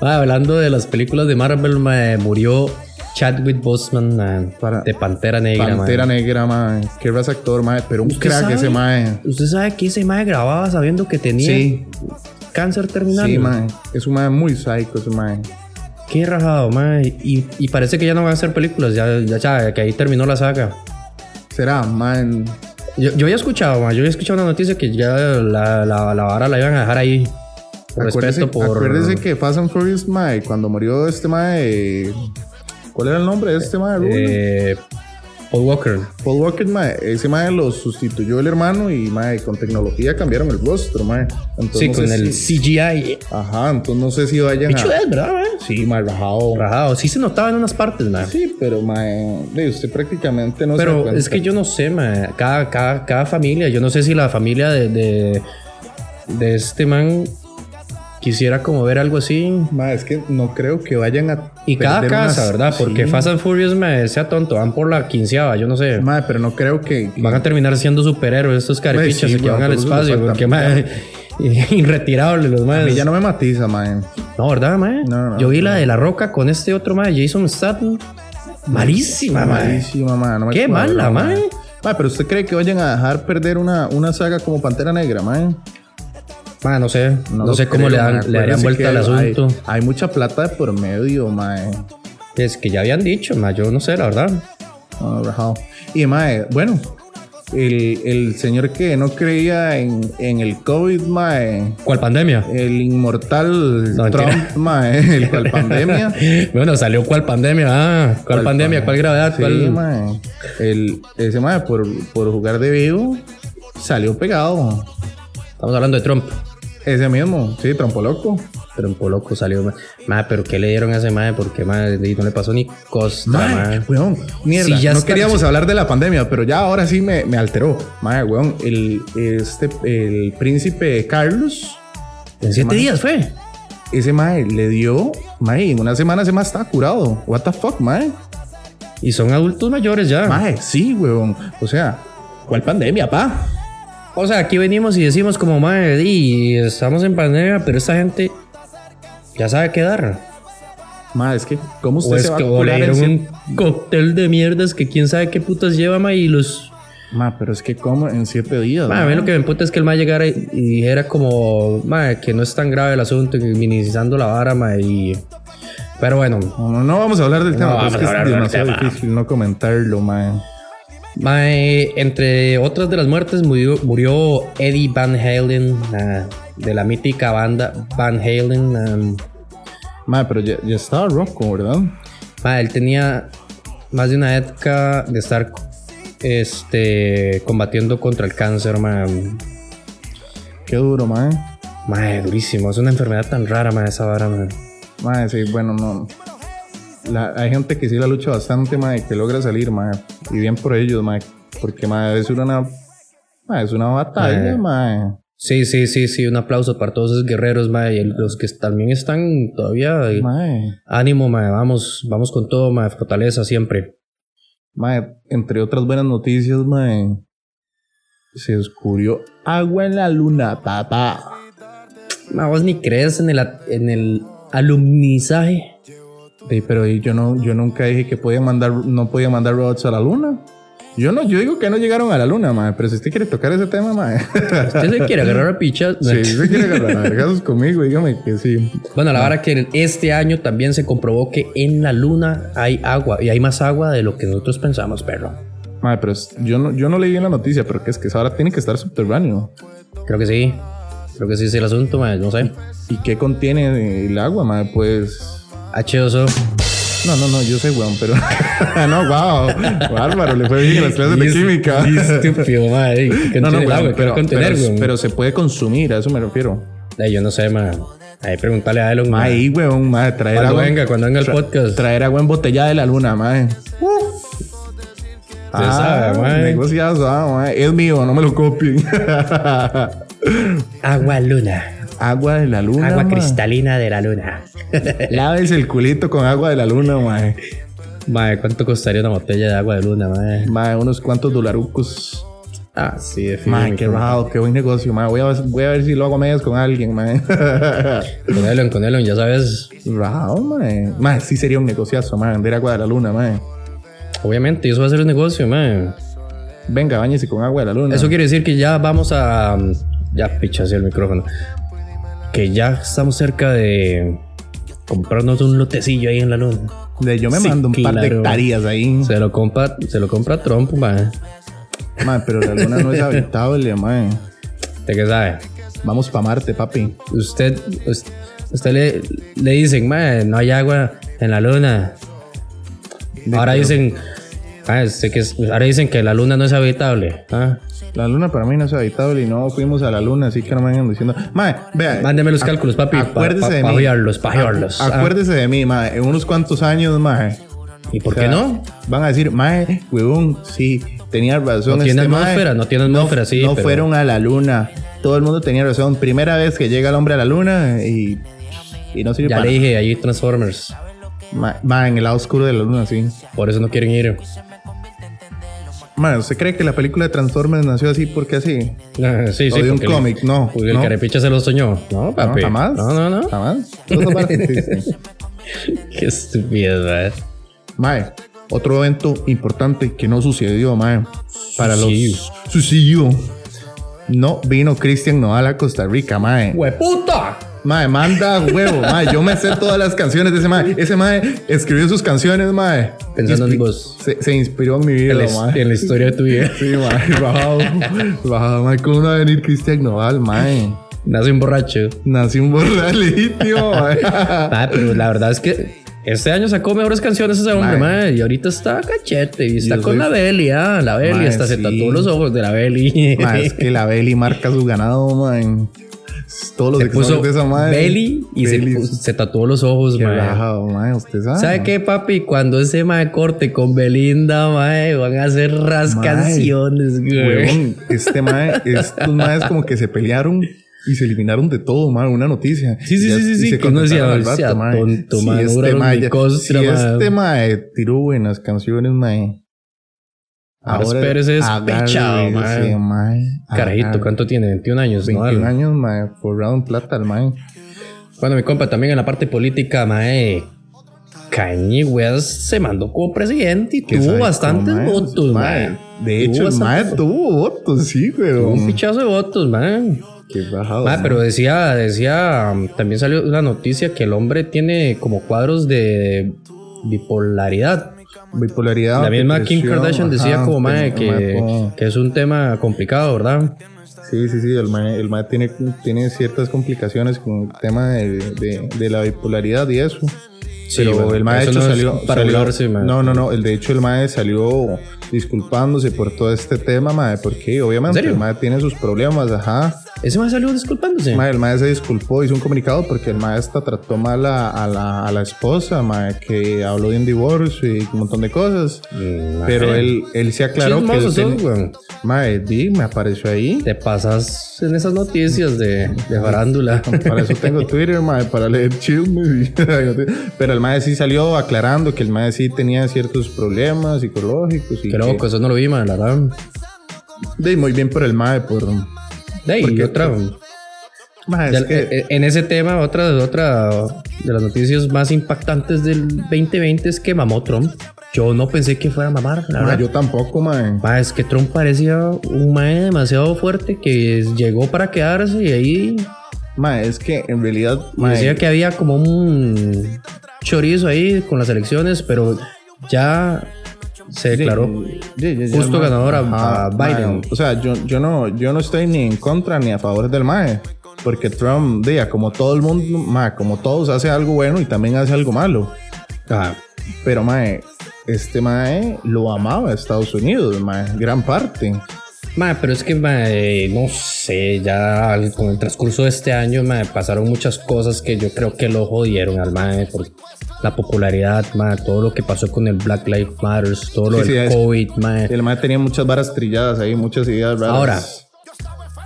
[SPEAKER 2] Ah, hablando de las películas de Marvel, mae, murió Chadwick Boseman mae,
[SPEAKER 3] Para-
[SPEAKER 2] de Pantera Negra.
[SPEAKER 3] Pantera
[SPEAKER 2] mae.
[SPEAKER 3] negra, mae. Qué raza actor, mae. Pero un
[SPEAKER 2] ¿Usted
[SPEAKER 3] crack
[SPEAKER 2] sabe?
[SPEAKER 3] ese, mae.
[SPEAKER 2] Usted sabe que ese mae grababa sabiendo que tenía
[SPEAKER 3] Sí,
[SPEAKER 2] cáncer terminal.
[SPEAKER 3] sí, mae. Es un mae muy psycho, ese mae.
[SPEAKER 2] Qué rajado, mae. Y, y parece que ya no van a hacer películas, ya, ya sabe, que ahí terminó la saga.
[SPEAKER 3] Será, mae.
[SPEAKER 2] Yo, yo había escuchado, mae, yo había escuchado una noticia que ya la, la, la vara la iban a dejar ahí. Por
[SPEAKER 3] Acuérdese,
[SPEAKER 2] respeto por.
[SPEAKER 3] acuérdese que Fast and Furious, mae, cuando murió este mae. ¿Cuál era el nombre de este mae? Rubio?
[SPEAKER 2] eh, Paul Walker.
[SPEAKER 3] Paul Walker, mae, ese mae lo sustituyó el hermano y mae, con tecnología cambiaron el rostro, mae. Entonces,
[SPEAKER 2] Sí,
[SPEAKER 3] Pues no sé
[SPEAKER 2] con el
[SPEAKER 3] si-
[SPEAKER 2] CGI.
[SPEAKER 3] Ajá, entonces no sé si vayan
[SPEAKER 2] Bicho
[SPEAKER 3] a...
[SPEAKER 2] es, ¿verdad, mae?
[SPEAKER 3] Sí, mae, rajado.
[SPEAKER 2] Rajado, sí se notaba en unas partes, mae.
[SPEAKER 3] Sí, pero mae, de usted prácticamente no se da
[SPEAKER 2] Pero
[SPEAKER 3] cuenta.
[SPEAKER 2] es que yo no sé, ma, cada, cada, cada familia, yo no sé si la familia de, de, de este man quisiera como ver algo así.
[SPEAKER 3] Mae, es que no creo que vayan a...
[SPEAKER 2] Y cada
[SPEAKER 3] perder
[SPEAKER 2] casa,
[SPEAKER 3] unas-
[SPEAKER 2] ¿verdad? Porque
[SPEAKER 3] Sí,
[SPEAKER 2] Fast and Furious me sea tonto, van por la quinceava, yo no sé.
[SPEAKER 3] Mae, pero no creo que...
[SPEAKER 2] Van a terminar siendo superhéroes estos caripichas
[SPEAKER 3] sí,
[SPEAKER 2] que van
[SPEAKER 3] weón,
[SPEAKER 2] al
[SPEAKER 3] por eso nos
[SPEAKER 2] espacio,
[SPEAKER 3] faltan.
[SPEAKER 2] porque ma, [LAUGHS] irretirables los
[SPEAKER 3] a
[SPEAKER 2] más.
[SPEAKER 3] mí ya no me matiza, mae.
[SPEAKER 2] No, ¿verdad, ma?
[SPEAKER 3] No, no,
[SPEAKER 2] yo vi la de La Roca con este otro ma, Jason Statham. Malísima, ma.
[SPEAKER 3] Malísima, mae. no me
[SPEAKER 2] Qué mala,
[SPEAKER 3] cuadra,
[SPEAKER 2] mae.
[SPEAKER 3] Mae, pero usted cree que vayan a dejar perder una, una saga como Pantera Negra, mae.
[SPEAKER 2] Ma, no sé, no,
[SPEAKER 3] lo
[SPEAKER 2] sé cómo
[SPEAKER 3] creo,
[SPEAKER 2] le, dan-
[SPEAKER 3] mae.
[SPEAKER 2] le darían
[SPEAKER 3] Acuérdese
[SPEAKER 2] vuelta al
[SPEAKER 3] que hay-
[SPEAKER 2] asunto.
[SPEAKER 3] Hay, mucha plata de por medio, mae.
[SPEAKER 2] Es que ya habían dicho, ma, yo no sé, la verdad.
[SPEAKER 3] Ah, rajado. Y mae, bueno, el, el señor que no creía en, en el COVID, mae.
[SPEAKER 2] ¿Cuál pandemia?
[SPEAKER 3] El inmortal
[SPEAKER 2] No, mentira.
[SPEAKER 3] Trump, mae. [LAUGHS] El
[SPEAKER 2] [LAUGHS]
[SPEAKER 3] cual pandemia.
[SPEAKER 2] Bueno, salió cuál pandemia, ah, cuál, pandemia, cuál gravedad,
[SPEAKER 3] Sí,
[SPEAKER 2] cuál.
[SPEAKER 3] mae. El, ese mae, por, por jugar de vivo, salió pegado.
[SPEAKER 2] Estamos hablando de Trump.
[SPEAKER 3] Ese mismo, sí, trompo loco.
[SPEAKER 2] Trump loco salió. ma. Ma, pero ¿qué le dieron a ese madre? Porque madre, no le pasó ni costa,
[SPEAKER 3] Mae,
[SPEAKER 2] ma.
[SPEAKER 3] weón, mierda.
[SPEAKER 2] Sí, ya
[SPEAKER 3] no
[SPEAKER 2] está-
[SPEAKER 3] queríamos hablar de la pandemia, pero ya ahora sí me, me alteró. Mae, weón, el, este, el príncipe Carlos,
[SPEAKER 2] En siete
[SPEAKER 3] ma.
[SPEAKER 2] días fue.
[SPEAKER 3] ese mae le dio, mae, en una semana ese mae estaba curado. What the fuck, mae.
[SPEAKER 2] Y son adultos mayores ya.
[SPEAKER 3] Mae, sí, weón. O sea, ¿cuál pandemia, pa?
[SPEAKER 2] O sea, aquí venimos y decimos como madre, y estamos en pandemia, pero esta gente ya sabe qué dar.
[SPEAKER 3] Mae, es que, ¿cómo usted
[SPEAKER 2] O es
[SPEAKER 3] se va
[SPEAKER 2] que
[SPEAKER 3] a
[SPEAKER 2] o le
[SPEAKER 3] curar en
[SPEAKER 2] dieron
[SPEAKER 3] siete-
[SPEAKER 2] un cóctel de mierdas que quién sabe qué putas lleva, ma, y los
[SPEAKER 3] Mae, pero es que, ¿cómo en siete días?
[SPEAKER 2] Ma, a mí lo que me emputa es que el ma llegara y, y dijera como, ma, que no es tan grave el asunto, y minimizando la vara, ma, y... Pero bueno,
[SPEAKER 3] No, no, no vamos a hablar del tema,
[SPEAKER 2] vamos
[SPEAKER 3] pero
[SPEAKER 2] a
[SPEAKER 3] es que
[SPEAKER 2] hablar
[SPEAKER 3] es
[SPEAKER 2] del
[SPEAKER 3] demasiado
[SPEAKER 2] tema.
[SPEAKER 3] difícil no comentarlo, mae.
[SPEAKER 2] ma, eh, entre otras de las muertes murió, murió Eddie Van Halen, ah, de la mítica banda Van Halen. ah.
[SPEAKER 3] Mae, pero ya, ya estaba Rocco, ¿verdad?
[SPEAKER 2] Ma, él tenía más de una época de estar este, combatiendo contra el cáncer, ma.
[SPEAKER 3] Qué duro, mae.
[SPEAKER 2] Ma, durísimo, es una enfermedad tan rara, ma, esa vara, ma.
[SPEAKER 3] Mae, sí, bueno, no. La- hay gente que sí la lucha bastante, mae, que logra salir, mae. Y bien por ellos, mae. Porque, mae, es una. mae, es una batalla,
[SPEAKER 2] Mae.
[SPEAKER 3] mae.
[SPEAKER 2] Sí, sí, sí, sí, un aplauso para todos esos guerreros, mae, y el- los que también están todavía. eh,
[SPEAKER 3] Mae,
[SPEAKER 2] Ánimo, mae, vamos, vamos con todo, mae, fortaleza siempre.
[SPEAKER 3] mae, entre otras buenas noticias, mae, se descubrió agua en la luna, papá.
[SPEAKER 2] Ma, vos ni crees en el, a- en el alumnizaje.
[SPEAKER 3] Sí, pero y yo no, yo nunca dije que podía mandar, no podía mandar robots a la luna. Yo no, yo digo que no llegaron a la luna, mae, pero si usted quiere tocar ese tema, mae.
[SPEAKER 2] Usted se quiere agarrar a pichas.
[SPEAKER 3] si usted quiere agarrar [LAUGHS] a vergazos conmigo, dígame que sí.
[SPEAKER 2] [LAUGHS] Bueno, la verdad que este año también se comprobó que en la luna hay agua y hay más agua de lo que nosotros pensamos, perro.
[SPEAKER 3] Mae, pero es- yo no, yo no leí bien la noticia, pero que es que esa ahora tiene que estar subterráneo.
[SPEAKER 2] Creo que sí. Creo que sí es el asunto, ma, no sé.
[SPEAKER 3] ¿Y qué contiene el agua, mae? Pues.
[SPEAKER 2] H2O.
[SPEAKER 3] No, no, no, yo sé, weón, pero. [LAUGHS] no, wow. Bárbaro, le fue bien en las clases de
[SPEAKER 2] Qué [LAUGHS]
[SPEAKER 3] química. [LAUGHS]
[SPEAKER 2] Estúpido, ma. ey, ¿Qué
[SPEAKER 3] No,
[SPEAKER 2] contiene
[SPEAKER 3] no,
[SPEAKER 2] el
[SPEAKER 3] weón,
[SPEAKER 2] agua? ¿Qué va
[SPEAKER 3] pero,
[SPEAKER 2] a contener,
[SPEAKER 3] pero-
[SPEAKER 2] weón?
[SPEAKER 3] pero se puede consumir, a eso me refiero.
[SPEAKER 2] Ey, yo no sé, ma. Ahí preguntarle a Elon, ma.
[SPEAKER 3] Ahí, weón, mae, traer
[SPEAKER 2] Cuando
[SPEAKER 3] agua.
[SPEAKER 2] venga, cuando venga el
[SPEAKER 3] tra-
[SPEAKER 2] podcast.
[SPEAKER 3] Traer agua embotellada de la luna, mae.
[SPEAKER 2] sabe, mae.
[SPEAKER 3] Ah, Negociazo, ah, mae. Es mío, no me lo copien. [LAUGHS]
[SPEAKER 2] Agua luna.
[SPEAKER 3] agua de la luna.
[SPEAKER 2] Agua
[SPEAKER 3] mae.
[SPEAKER 2] cristalina de la luna.
[SPEAKER 3] [LAUGHS] Lávese el culito con agua de la luna, mae.
[SPEAKER 2] Mae, ¿cuánto costaría una botella de agua de luna, mae?
[SPEAKER 3] Mae, unos cuantos dolarucos.
[SPEAKER 2] Ah, sí,
[SPEAKER 3] Mae, qué
[SPEAKER 2] definitivamente.
[SPEAKER 3] rajado, qué buen negocio, mae. Voy a, voy a ver si lo hago a medias con alguien, mae. [LAUGHS]
[SPEAKER 2] Con Elon, con Elon, ya sabes.
[SPEAKER 3] Rajado, mae. Mae, sí sería un negociazo, mae. Vender agua de la luna, mae.
[SPEAKER 2] Obviamente, eso va a ser un negocio, mae.
[SPEAKER 3] Venga, bañese con agua de la luna.
[SPEAKER 2] Eso quiere decir que ya vamos a. Ya pichase el micrófono. Que ya estamos cerca de comprarnos un lotecillo ahí en la luna.
[SPEAKER 3] De- yo me
[SPEAKER 2] Sí,
[SPEAKER 3] mando un par de
[SPEAKER 2] claro.
[SPEAKER 3] hectáreas ahí.
[SPEAKER 2] Se lo compra, se lo compra Trump, mae.
[SPEAKER 3] Mae, pero la luna [LAUGHS] no es habitable, mae.
[SPEAKER 2] ¿Usted qué sabe?
[SPEAKER 3] Vamos pa' Marte, papi.
[SPEAKER 2] Usted, us- usted le, le dicen, mae, no hay agua en la luna. Ahora dicen. ah, este que es- ahora dicen que la luna no es habitable. ¿ah?
[SPEAKER 3] La luna para mí no es habitable y no fuimos a la luna, así que no me vengan diciendo. Mae, vea.
[SPEAKER 2] Mándeme los cálculos, papi. pa-
[SPEAKER 3] Acuérdese
[SPEAKER 2] pa-
[SPEAKER 3] de
[SPEAKER 2] pa'
[SPEAKER 3] mí.
[SPEAKER 2] jodearlos, pa' jodearlos, ah.
[SPEAKER 3] Acuérdese de mí, mae. En unos cuantos años, mae.
[SPEAKER 2] ¿Y por
[SPEAKER 3] O sea,
[SPEAKER 2] qué no?
[SPEAKER 3] Van a decir, mae, huevón, sí, tenía razón.
[SPEAKER 2] No tiene
[SPEAKER 3] este mae,
[SPEAKER 2] atmósfera, no tiene atmósfera, sí.
[SPEAKER 3] no
[SPEAKER 2] pero-
[SPEAKER 3] fueron a la luna. Todo el mundo tenía razón. Primera vez que llega el hombre a la luna y, y no sirve
[SPEAKER 2] Ya
[SPEAKER 3] para
[SPEAKER 2] le dije, ahí Transformers.
[SPEAKER 3] Ma- ma, en el lado oscuro de la luna, sí.
[SPEAKER 2] Por eso no quieren ir.
[SPEAKER 3] Ma, ¿usted cree que la película de Transformers nació así porque así?
[SPEAKER 2] [LAUGHS] sí,
[SPEAKER 3] O
[SPEAKER 2] sí.
[SPEAKER 3] de un
[SPEAKER 2] porque el-
[SPEAKER 3] cómic, no.
[SPEAKER 2] porque el
[SPEAKER 3] no,
[SPEAKER 2] carepicha se lo soñó. No,
[SPEAKER 3] no,
[SPEAKER 2] papi.
[SPEAKER 3] jamás.
[SPEAKER 2] No, no, no.
[SPEAKER 3] Jamás. Todo eso parte,
[SPEAKER 2] [LAUGHS]
[SPEAKER 3] sí, sí.
[SPEAKER 2] Qué estupidez, mae.
[SPEAKER 3] Mae, otro evento importante que no sucedió, mae. Para
[SPEAKER 2] Sucedió.
[SPEAKER 3] los. Sucedió. No vino Cristian Nodal a Costa Rica, mae.
[SPEAKER 2] ¡Hueputa!
[SPEAKER 3] Mae, manda huevo, mae. Yo me sé todas las canciones de ese mae. Ese mae escribió sus canciones, mae.
[SPEAKER 2] Pensando en vos.
[SPEAKER 3] Se, se inspiró en mi vida,
[SPEAKER 2] En la,
[SPEAKER 3] mae.
[SPEAKER 2] en la historia de tu vida.
[SPEAKER 3] [LAUGHS] Sí, mae. Bajado, bajado, mae. ¿Cómo no va a venir Cristian Nodal, mae?
[SPEAKER 2] Nace un borracho.
[SPEAKER 3] Nací un
[SPEAKER 2] [LAUGHS]
[SPEAKER 3] borralito, mae.
[SPEAKER 2] Ah, pero la verdad es que este año sacó mejores canciones ese hombre,
[SPEAKER 3] Mae.
[SPEAKER 2] mae. Y ahorita está cachete. Y está
[SPEAKER 3] Yo
[SPEAKER 2] con
[SPEAKER 3] soy-
[SPEAKER 2] la Beli, ah. La Beli.
[SPEAKER 3] Mae,
[SPEAKER 2] hasta se
[SPEAKER 3] sí.
[SPEAKER 2] tatuó los ojos de la
[SPEAKER 3] [LAUGHS]
[SPEAKER 2] Beli. [LAUGHS]
[SPEAKER 3] Mae, es que la Beli marca su ganado, man. Todos los
[SPEAKER 2] se puso
[SPEAKER 3] exnovios de esa eh. madre.
[SPEAKER 2] Beli y se,
[SPEAKER 3] Belly.
[SPEAKER 2] puso- se tatuó los ojos,
[SPEAKER 3] Qué
[SPEAKER 2] mae.
[SPEAKER 3] rajado, mae, usted sabe.
[SPEAKER 2] ¿Sabe qué, papi? Cuando ese mae corte con Belinda, mae, van a hacer rascanciones, güey.
[SPEAKER 3] Huevón, este mae, estos maes como que se pelearon y se eliminaron de todo, mae, una noticia.
[SPEAKER 2] Sí, sí, sí,
[SPEAKER 3] Y as-
[SPEAKER 2] sí,
[SPEAKER 3] y
[SPEAKER 2] sí,
[SPEAKER 3] se
[SPEAKER 2] que uno decía,
[SPEAKER 3] contrataron
[SPEAKER 2] "O
[SPEAKER 3] al
[SPEAKER 2] sea,
[SPEAKER 3] rato, mae".
[SPEAKER 2] tonto,
[SPEAKER 3] Sí,
[SPEAKER 2] mae, no
[SPEAKER 3] este
[SPEAKER 2] duraron
[SPEAKER 3] mae,
[SPEAKER 2] ni
[SPEAKER 3] ya-
[SPEAKER 2] costra,
[SPEAKER 3] sí,
[SPEAKER 2] mae.
[SPEAKER 3] este mae tiró buenas canciones, eh. mae.
[SPEAKER 2] Ahora espérese despechado, mae.
[SPEAKER 3] agárrese, mae,
[SPEAKER 2] eh. Carajito,
[SPEAKER 3] agárrese.
[SPEAKER 2] ¿cuánto tiene? 21 años, ¿no?
[SPEAKER 3] 21 eh. años, mae, forrado en plata, eh. el mae.
[SPEAKER 2] Bueno, mi compa, también en la parte política, mae. Kanye West se mandó como presidente y
[SPEAKER 3] Que
[SPEAKER 2] tuvo
[SPEAKER 3] sabe
[SPEAKER 2] bastantes
[SPEAKER 3] cómo, mae.
[SPEAKER 2] votos,
[SPEAKER 3] Mae,
[SPEAKER 2] mae.
[SPEAKER 3] De
[SPEAKER 2] Tuvo
[SPEAKER 3] hecho, el mae
[SPEAKER 2] bastantes-
[SPEAKER 3] tuvo votos, sí,
[SPEAKER 2] tuvo
[SPEAKER 3] pero. mm,
[SPEAKER 2] un pichazo de votos, mae.
[SPEAKER 3] Qué bajado.
[SPEAKER 2] Mae,
[SPEAKER 3] mae.
[SPEAKER 2] pero decía, decía, mm, también salió una noticia que el hombre tiene como cuadros de bipolaridad.
[SPEAKER 3] Bipolaridad.
[SPEAKER 2] La misma Kim
[SPEAKER 3] depresión,
[SPEAKER 2] Kardashian decía
[SPEAKER 3] Ah, ajá,
[SPEAKER 2] como mae
[SPEAKER 3] pero,
[SPEAKER 2] que,
[SPEAKER 3] como-
[SPEAKER 2] que es un tema complicado, ¿verdad?
[SPEAKER 3] Sí, sí, sí. El mae, el mae tiene, tiene ciertas complicaciones con el tema de, de- de la bipolaridad y eso.
[SPEAKER 2] Sí,
[SPEAKER 3] Pero
[SPEAKER 2] bueno,
[SPEAKER 3] el mae de
[SPEAKER 2] eso
[SPEAKER 3] hecho
[SPEAKER 2] no es
[SPEAKER 3] salió.
[SPEAKER 2] para
[SPEAKER 3] salió-
[SPEAKER 2] burlarse, mae.
[SPEAKER 3] No, no, no. El de hecho, el mae salió disculpándose por todo este tema, mae. Porque obviamente
[SPEAKER 2] serio?
[SPEAKER 3] el mae tiene sus problemas, ajá.
[SPEAKER 2] Ese mae salió disculpándose.
[SPEAKER 3] Mae, el mae se disculpó, hizo un comunicado porque el maestro trató mal a, a la, a la esposa, mae, que habló de un divorcio y un montón de cosas.
[SPEAKER 2] Mm,
[SPEAKER 3] Pero
[SPEAKER 2] mae.
[SPEAKER 3] él, él se aclaró que él
[SPEAKER 2] Chismosos son,
[SPEAKER 3] tiene-
[SPEAKER 2] weón.
[SPEAKER 3] Mae, di, me apareció ahí.
[SPEAKER 2] Te pasas en esas noticias de, de
[SPEAKER 3] [LAUGHS]
[SPEAKER 2] farándula.
[SPEAKER 3] Para eso tengo Twitter, mae, para leer chismes. y- [LAUGHS] Pero el mae sí salió aclarando que el mae sí tenía ciertos problemas psicológicos. Y
[SPEAKER 2] Qué
[SPEAKER 3] que-
[SPEAKER 2] loco, eso no lo vi, mae, la verdad.
[SPEAKER 3] Di, muy bien por el mae, por...
[SPEAKER 2] De ahí,
[SPEAKER 3] Porque-
[SPEAKER 2] otra.
[SPEAKER 3] Mae,
[SPEAKER 2] de-
[SPEAKER 3] es que-
[SPEAKER 2] eh, En ese tema, otra de otra de las noticias más impactantes del 2020 es que mamó Trump. Yo no pensé que fuera a mamar, la
[SPEAKER 3] mae,
[SPEAKER 2] verdad.
[SPEAKER 3] Ah, yo tampoco, mae.
[SPEAKER 2] Ma, es que Trump parecía un mae demasiado fuerte que llegó para quedarse y ahí
[SPEAKER 3] Mae, es que en realidad... mae,
[SPEAKER 2] decía que había como un chorizo ahí con las elecciones, pero ya se declaró.
[SPEAKER 3] Sí, sí, sí,
[SPEAKER 2] Justo
[SPEAKER 3] mae.
[SPEAKER 2] ganador a- a
[SPEAKER 3] mae,
[SPEAKER 2] Biden.
[SPEAKER 3] o sea, yo, yo, no, yo no estoy ni en contra ni a favor del MAE. Porque Trump, diga, como todo el mundo, mae, como todos, hace algo bueno y también hace algo malo.
[SPEAKER 2] Ah,
[SPEAKER 3] Pero, mae, este mae lo amaba a Estados Unidos, mae, gran parte.
[SPEAKER 2] Ma, pero es que, ma, eh, no sé, ya al- con el transcurso de este año me pasaron muchas cosas que yo creo que lo jodieron al mae por la popularidad, ma, todo lo que pasó con el Black Lives Matter, todo lo
[SPEAKER 3] Sí, sí,
[SPEAKER 2] del
[SPEAKER 3] es-
[SPEAKER 2] COVID, ma.
[SPEAKER 3] El mae tenía muchas varas trilladas ahí, muchas ideas raras.
[SPEAKER 2] Ahora.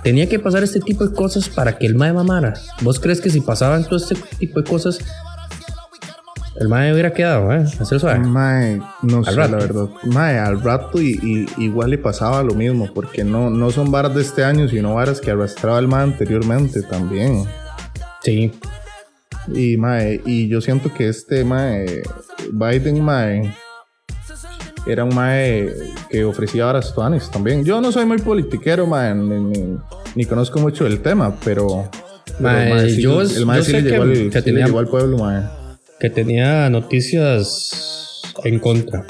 [SPEAKER 2] Tenía que pasar este tipo de cosas para que el mae mamara. ¿Vos crees que si pasaban todo este tipo de cosas, el mae hubiera quedado, eh? Hacer suave.
[SPEAKER 3] Mae, no sé,
[SPEAKER 2] rato.
[SPEAKER 3] la verdad. Mae, al rato y, y- igual le pasaba lo mismo, porque no, no son varas de este año, sino varas que arrastraba el mae anteriormente también.
[SPEAKER 2] Sí.
[SPEAKER 3] Y mae, y yo siento que este mae, Biden mae, era un mae que ofrecía varas tuanes también. Yo no soy muy politiquero, mae, ni, ni- ni conozco mucho del tema, pero... pero,
[SPEAKER 2] Mae,
[SPEAKER 3] sí-
[SPEAKER 2] yo-
[SPEAKER 3] el mae
[SPEAKER 2] yo
[SPEAKER 3] sí
[SPEAKER 2] sé
[SPEAKER 3] le llegó,
[SPEAKER 2] que-
[SPEAKER 3] al,
[SPEAKER 2] que
[SPEAKER 3] sí le
[SPEAKER 2] tenía-
[SPEAKER 3] llegó al pueblo, mae.
[SPEAKER 2] Que tenía noticias en contra.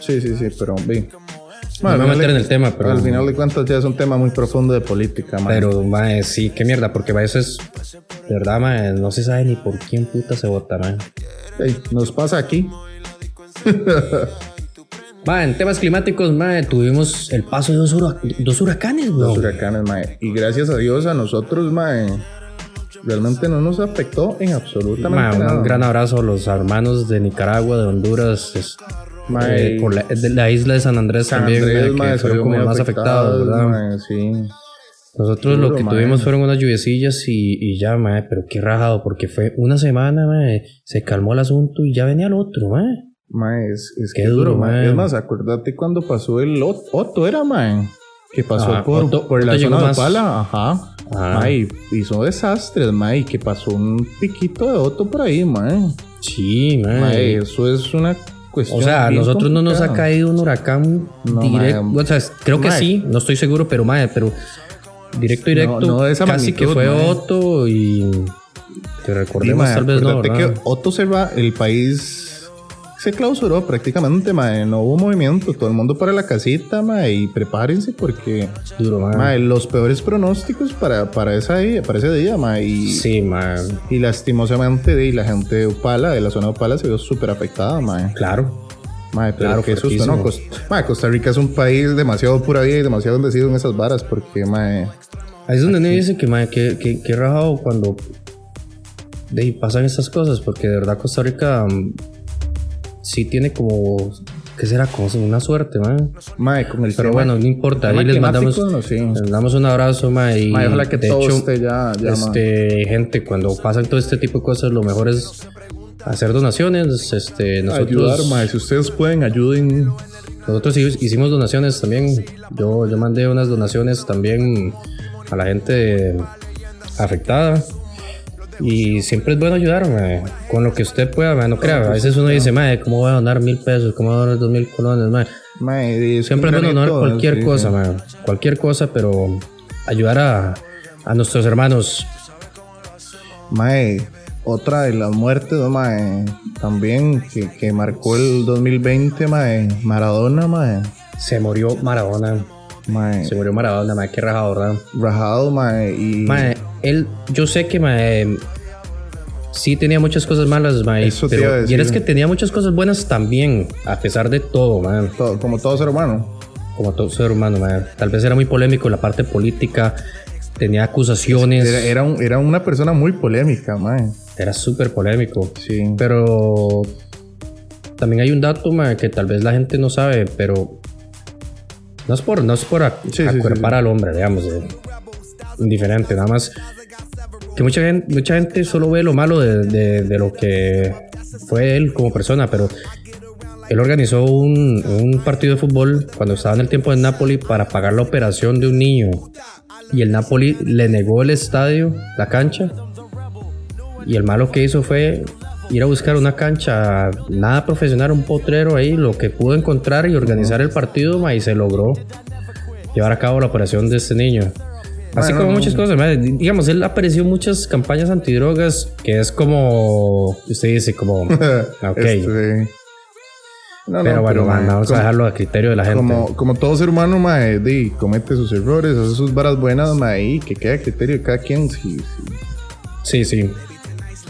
[SPEAKER 3] Sí, sí, sí, pero... Vi.
[SPEAKER 2] No me voy a
[SPEAKER 3] al final
[SPEAKER 2] meter
[SPEAKER 3] de-
[SPEAKER 2] en el tema, pero-
[SPEAKER 3] Al final de cuentas ya es un tema muy profundo de política, mae.
[SPEAKER 2] Pero, mae, sí, qué mierda, porque mae, eso es. De verdad, mae, no se sabe ni por quién puta se vota, mae.
[SPEAKER 3] Ey, nos pasa aquí.
[SPEAKER 2] Mae, en temas climáticos, mae, tuvimos el paso de dos, hura- dos huracanes,
[SPEAKER 3] Los
[SPEAKER 2] weón.
[SPEAKER 3] huracanes, mae. Y gracias a Dios a nosotros, mae. Realmente no nos afectó en
[SPEAKER 2] Mae,
[SPEAKER 3] absolutamente nada.
[SPEAKER 2] un gran abrazo a los hermanos de Nicaragua, de Honduras, es-
[SPEAKER 3] Mae.
[SPEAKER 2] eh, por la, de la isla de San Andrés
[SPEAKER 3] San
[SPEAKER 2] también,
[SPEAKER 3] Andrés,
[SPEAKER 2] mae, que
[SPEAKER 3] mae, se
[SPEAKER 2] fueron
[SPEAKER 3] vio
[SPEAKER 2] como
[SPEAKER 3] muy
[SPEAKER 2] más afectados, ¿verdad?
[SPEAKER 3] mae, sí.
[SPEAKER 2] Nosotros lo
[SPEAKER 3] Duro,
[SPEAKER 2] que
[SPEAKER 3] mae.
[SPEAKER 2] tuvimos fueron unas lluviecillas y, y ya, mae, pero qué rajado, porque fue una semana, mae, se calmó el asunto y ya venía el otro, mae.
[SPEAKER 3] Mae, es, es
[SPEAKER 2] Qué
[SPEAKER 3] que duro,
[SPEAKER 2] duro,
[SPEAKER 3] mae.
[SPEAKER 2] mae.
[SPEAKER 3] Es más, acordate cuando pasó el Ot- Otto, era, mae. Que pasó
[SPEAKER 2] Ah,
[SPEAKER 3] por,
[SPEAKER 2] Otto-
[SPEAKER 3] por la
[SPEAKER 2] Otto llegó
[SPEAKER 3] zona de
[SPEAKER 2] más-
[SPEAKER 3] Pala, ajá.
[SPEAKER 2] Ah.
[SPEAKER 3] Mae, hizo desastres, mae. y Que pasó un piquito de Otto por ahí, mae.
[SPEAKER 2] Sí, mae.
[SPEAKER 3] Mae, eso es una cuestión.
[SPEAKER 2] O sea, a
[SPEAKER 3] Pues bien
[SPEAKER 2] nosotros no nos ha
[SPEAKER 3] complicada.
[SPEAKER 2] caído un huracán
[SPEAKER 3] No,
[SPEAKER 2] directo.
[SPEAKER 3] mae.
[SPEAKER 2] O sea, creo que
[SPEAKER 3] Mae.
[SPEAKER 2] sí, no estoy seguro, pero mae, pero directo, directo.
[SPEAKER 3] no de esa
[SPEAKER 2] casi que
[SPEAKER 3] magnitud,
[SPEAKER 2] fue
[SPEAKER 3] mae.
[SPEAKER 2] Otto y. Que
[SPEAKER 3] Sí,
[SPEAKER 2] recordemos,
[SPEAKER 3] mae,
[SPEAKER 2] tal vez no.
[SPEAKER 3] acordate
[SPEAKER 2] ¿verdad?
[SPEAKER 3] que Otto se va, el país se clausuró prácticamente, mae. No hubo movimiento, todo el mundo para la casita, mae. Y prepárense porque,
[SPEAKER 2] Duro, mae.
[SPEAKER 3] mae, los peores pronósticos para, para, esa, día- para ese día, mae. Y,
[SPEAKER 2] Sí, mae.
[SPEAKER 3] y lastimosamente, de, la gente de Upala, de la zona de Upala, se vio súper afectada, mae.
[SPEAKER 2] Claro.
[SPEAKER 3] Mae, pero
[SPEAKER 2] Claro,
[SPEAKER 3] qué susto,
[SPEAKER 2] fuertísimo.
[SPEAKER 3] ¿no? Cos- mae, Costa Rica es un país demasiado pura vida y demasiado bendecido en esas varas porque, mae.
[SPEAKER 2] Ahí es donde me dice que, mae, que, que, que rajado cuando. De ahí pasan estas cosas, porque de verdad Costa Rica. mm, Sí tiene como. ¿Qué será? Como una suerte, mae.
[SPEAKER 3] Mae, con el
[SPEAKER 2] Pero
[SPEAKER 3] tema-
[SPEAKER 2] bueno, no importa.
[SPEAKER 3] tema
[SPEAKER 2] Ahí les mandamos,
[SPEAKER 3] climático, no, sí.
[SPEAKER 2] les damos un abrazo, mae. Y
[SPEAKER 3] Mae, ojalá que
[SPEAKER 2] de
[SPEAKER 3] todo
[SPEAKER 2] hecho,
[SPEAKER 3] esté ya, ya, mae.
[SPEAKER 2] este, gente, cuando pasan todo este tipo de cosas, lo mejor es hacer donaciones. Este, nosotros,
[SPEAKER 3] ayudar, mae. Si ustedes pueden, ayuden.
[SPEAKER 2] nosotros hi- hicimos donaciones también. Yo, yo mandé unas donaciones también a la gente afectada. Y siempre es bueno ayudar, mae, con lo que usted pueda, mae, no crea. A veces uno dice, mae, ¿cómo voy a donar mil pesos? ¿Cómo voy a donar dos mil colones? mae?"
[SPEAKER 3] Mae, es
[SPEAKER 2] Siempre
[SPEAKER 3] un
[SPEAKER 2] es bueno donar
[SPEAKER 3] granito,
[SPEAKER 2] cualquier
[SPEAKER 3] sí, sí.
[SPEAKER 2] cosa, mae, cualquier cosa, pero ayudar a, a nuestros hermanos.
[SPEAKER 3] Mae, otra de las muertes, mae, también que, que marcó el 2020, mae, Maradona, mae.
[SPEAKER 2] Se murió Maradona.
[SPEAKER 3] Mae,
[SPEAKER 2] Se murió Maradona, mae, qué rajado, ¿verdad?
[SPEAKER 3] rajado, mae, y
[SPEAKER 2] Mae, él, yo sé que mae, sí tenía muchas cosas malas, mae,
[SPEAKER 3] Eso te iba a
[SPEAKER 2] pero
[SPEAKER 3] decir.
[SPEAKER 2] y es que tenía muchas cosas buenas también, a pesar de todo, mae,
[SPEAKER 3] todo- como todo ser humano.
[SPEAKER 2] como todo ser humano, mae. Tal vez era muy polémico la parte política, tenía acusaciones.
[SPEAKER 3] Era, era, un- era una persona muy polémica, mae.
[SPEAKER 2] Era súper polémico.
[SPEAKER 3] Sí.
[SPEAKER 2] Pero también hay un dato mae, que tal vez la gente no sabe, pero no es por, no es por ac-
[SPEAKER 3] Sí, sí, sí,
[SPEAKER 2] acuerpar al hombre, digamos. eh, indiferente, nada más. Que mucha gente, mucha gente solo ve lo malo de, de- de lo que fue él como persona, pero él organizó un, un partido de fútbol cuando estaba en el tiempo de Napoli para pagar la operación de un niño. Y el Napoli le negó el estadio, la cancha, y el malo que hizo fue ir a buscar una cancha nada profesional, un potrero ahí, lo que pudo encontrar y organizar el partido, ma, y se logró llevar a cabo la operación de este niño. Así
[SPEAKER 3] Bueno,
[SPEAKER 2] como
[SPEAKER 3] no.
[SPEAKER 2] muchas cosas, ma, digamos, él apareció en muchas campañas antidrogas, que es como, usted dice,
[SPEAKER 3] [LAUGHS]
[SPEAKER 2] como, Ah, ok,
[SPEAKER 3] eh, Este, no, no,
[SPEAKER 2] pero bueno,
[SPEAKER 3] pero,
[SPEAKER 2] ma,
[SPEAKER 3] mae,
[SPEAKER 2] vamos a
[SPEAKER 3] como-
[SPEAKER 2] dejarlo a criterio de la gente.
[SPEAKER 3] Como, como todo ser humano, mae, di, comete sus errores, hace sus varas buenas, mae, y que queda a criterio de cada quien si, si,
[SPEAKER 2] Sí, sí,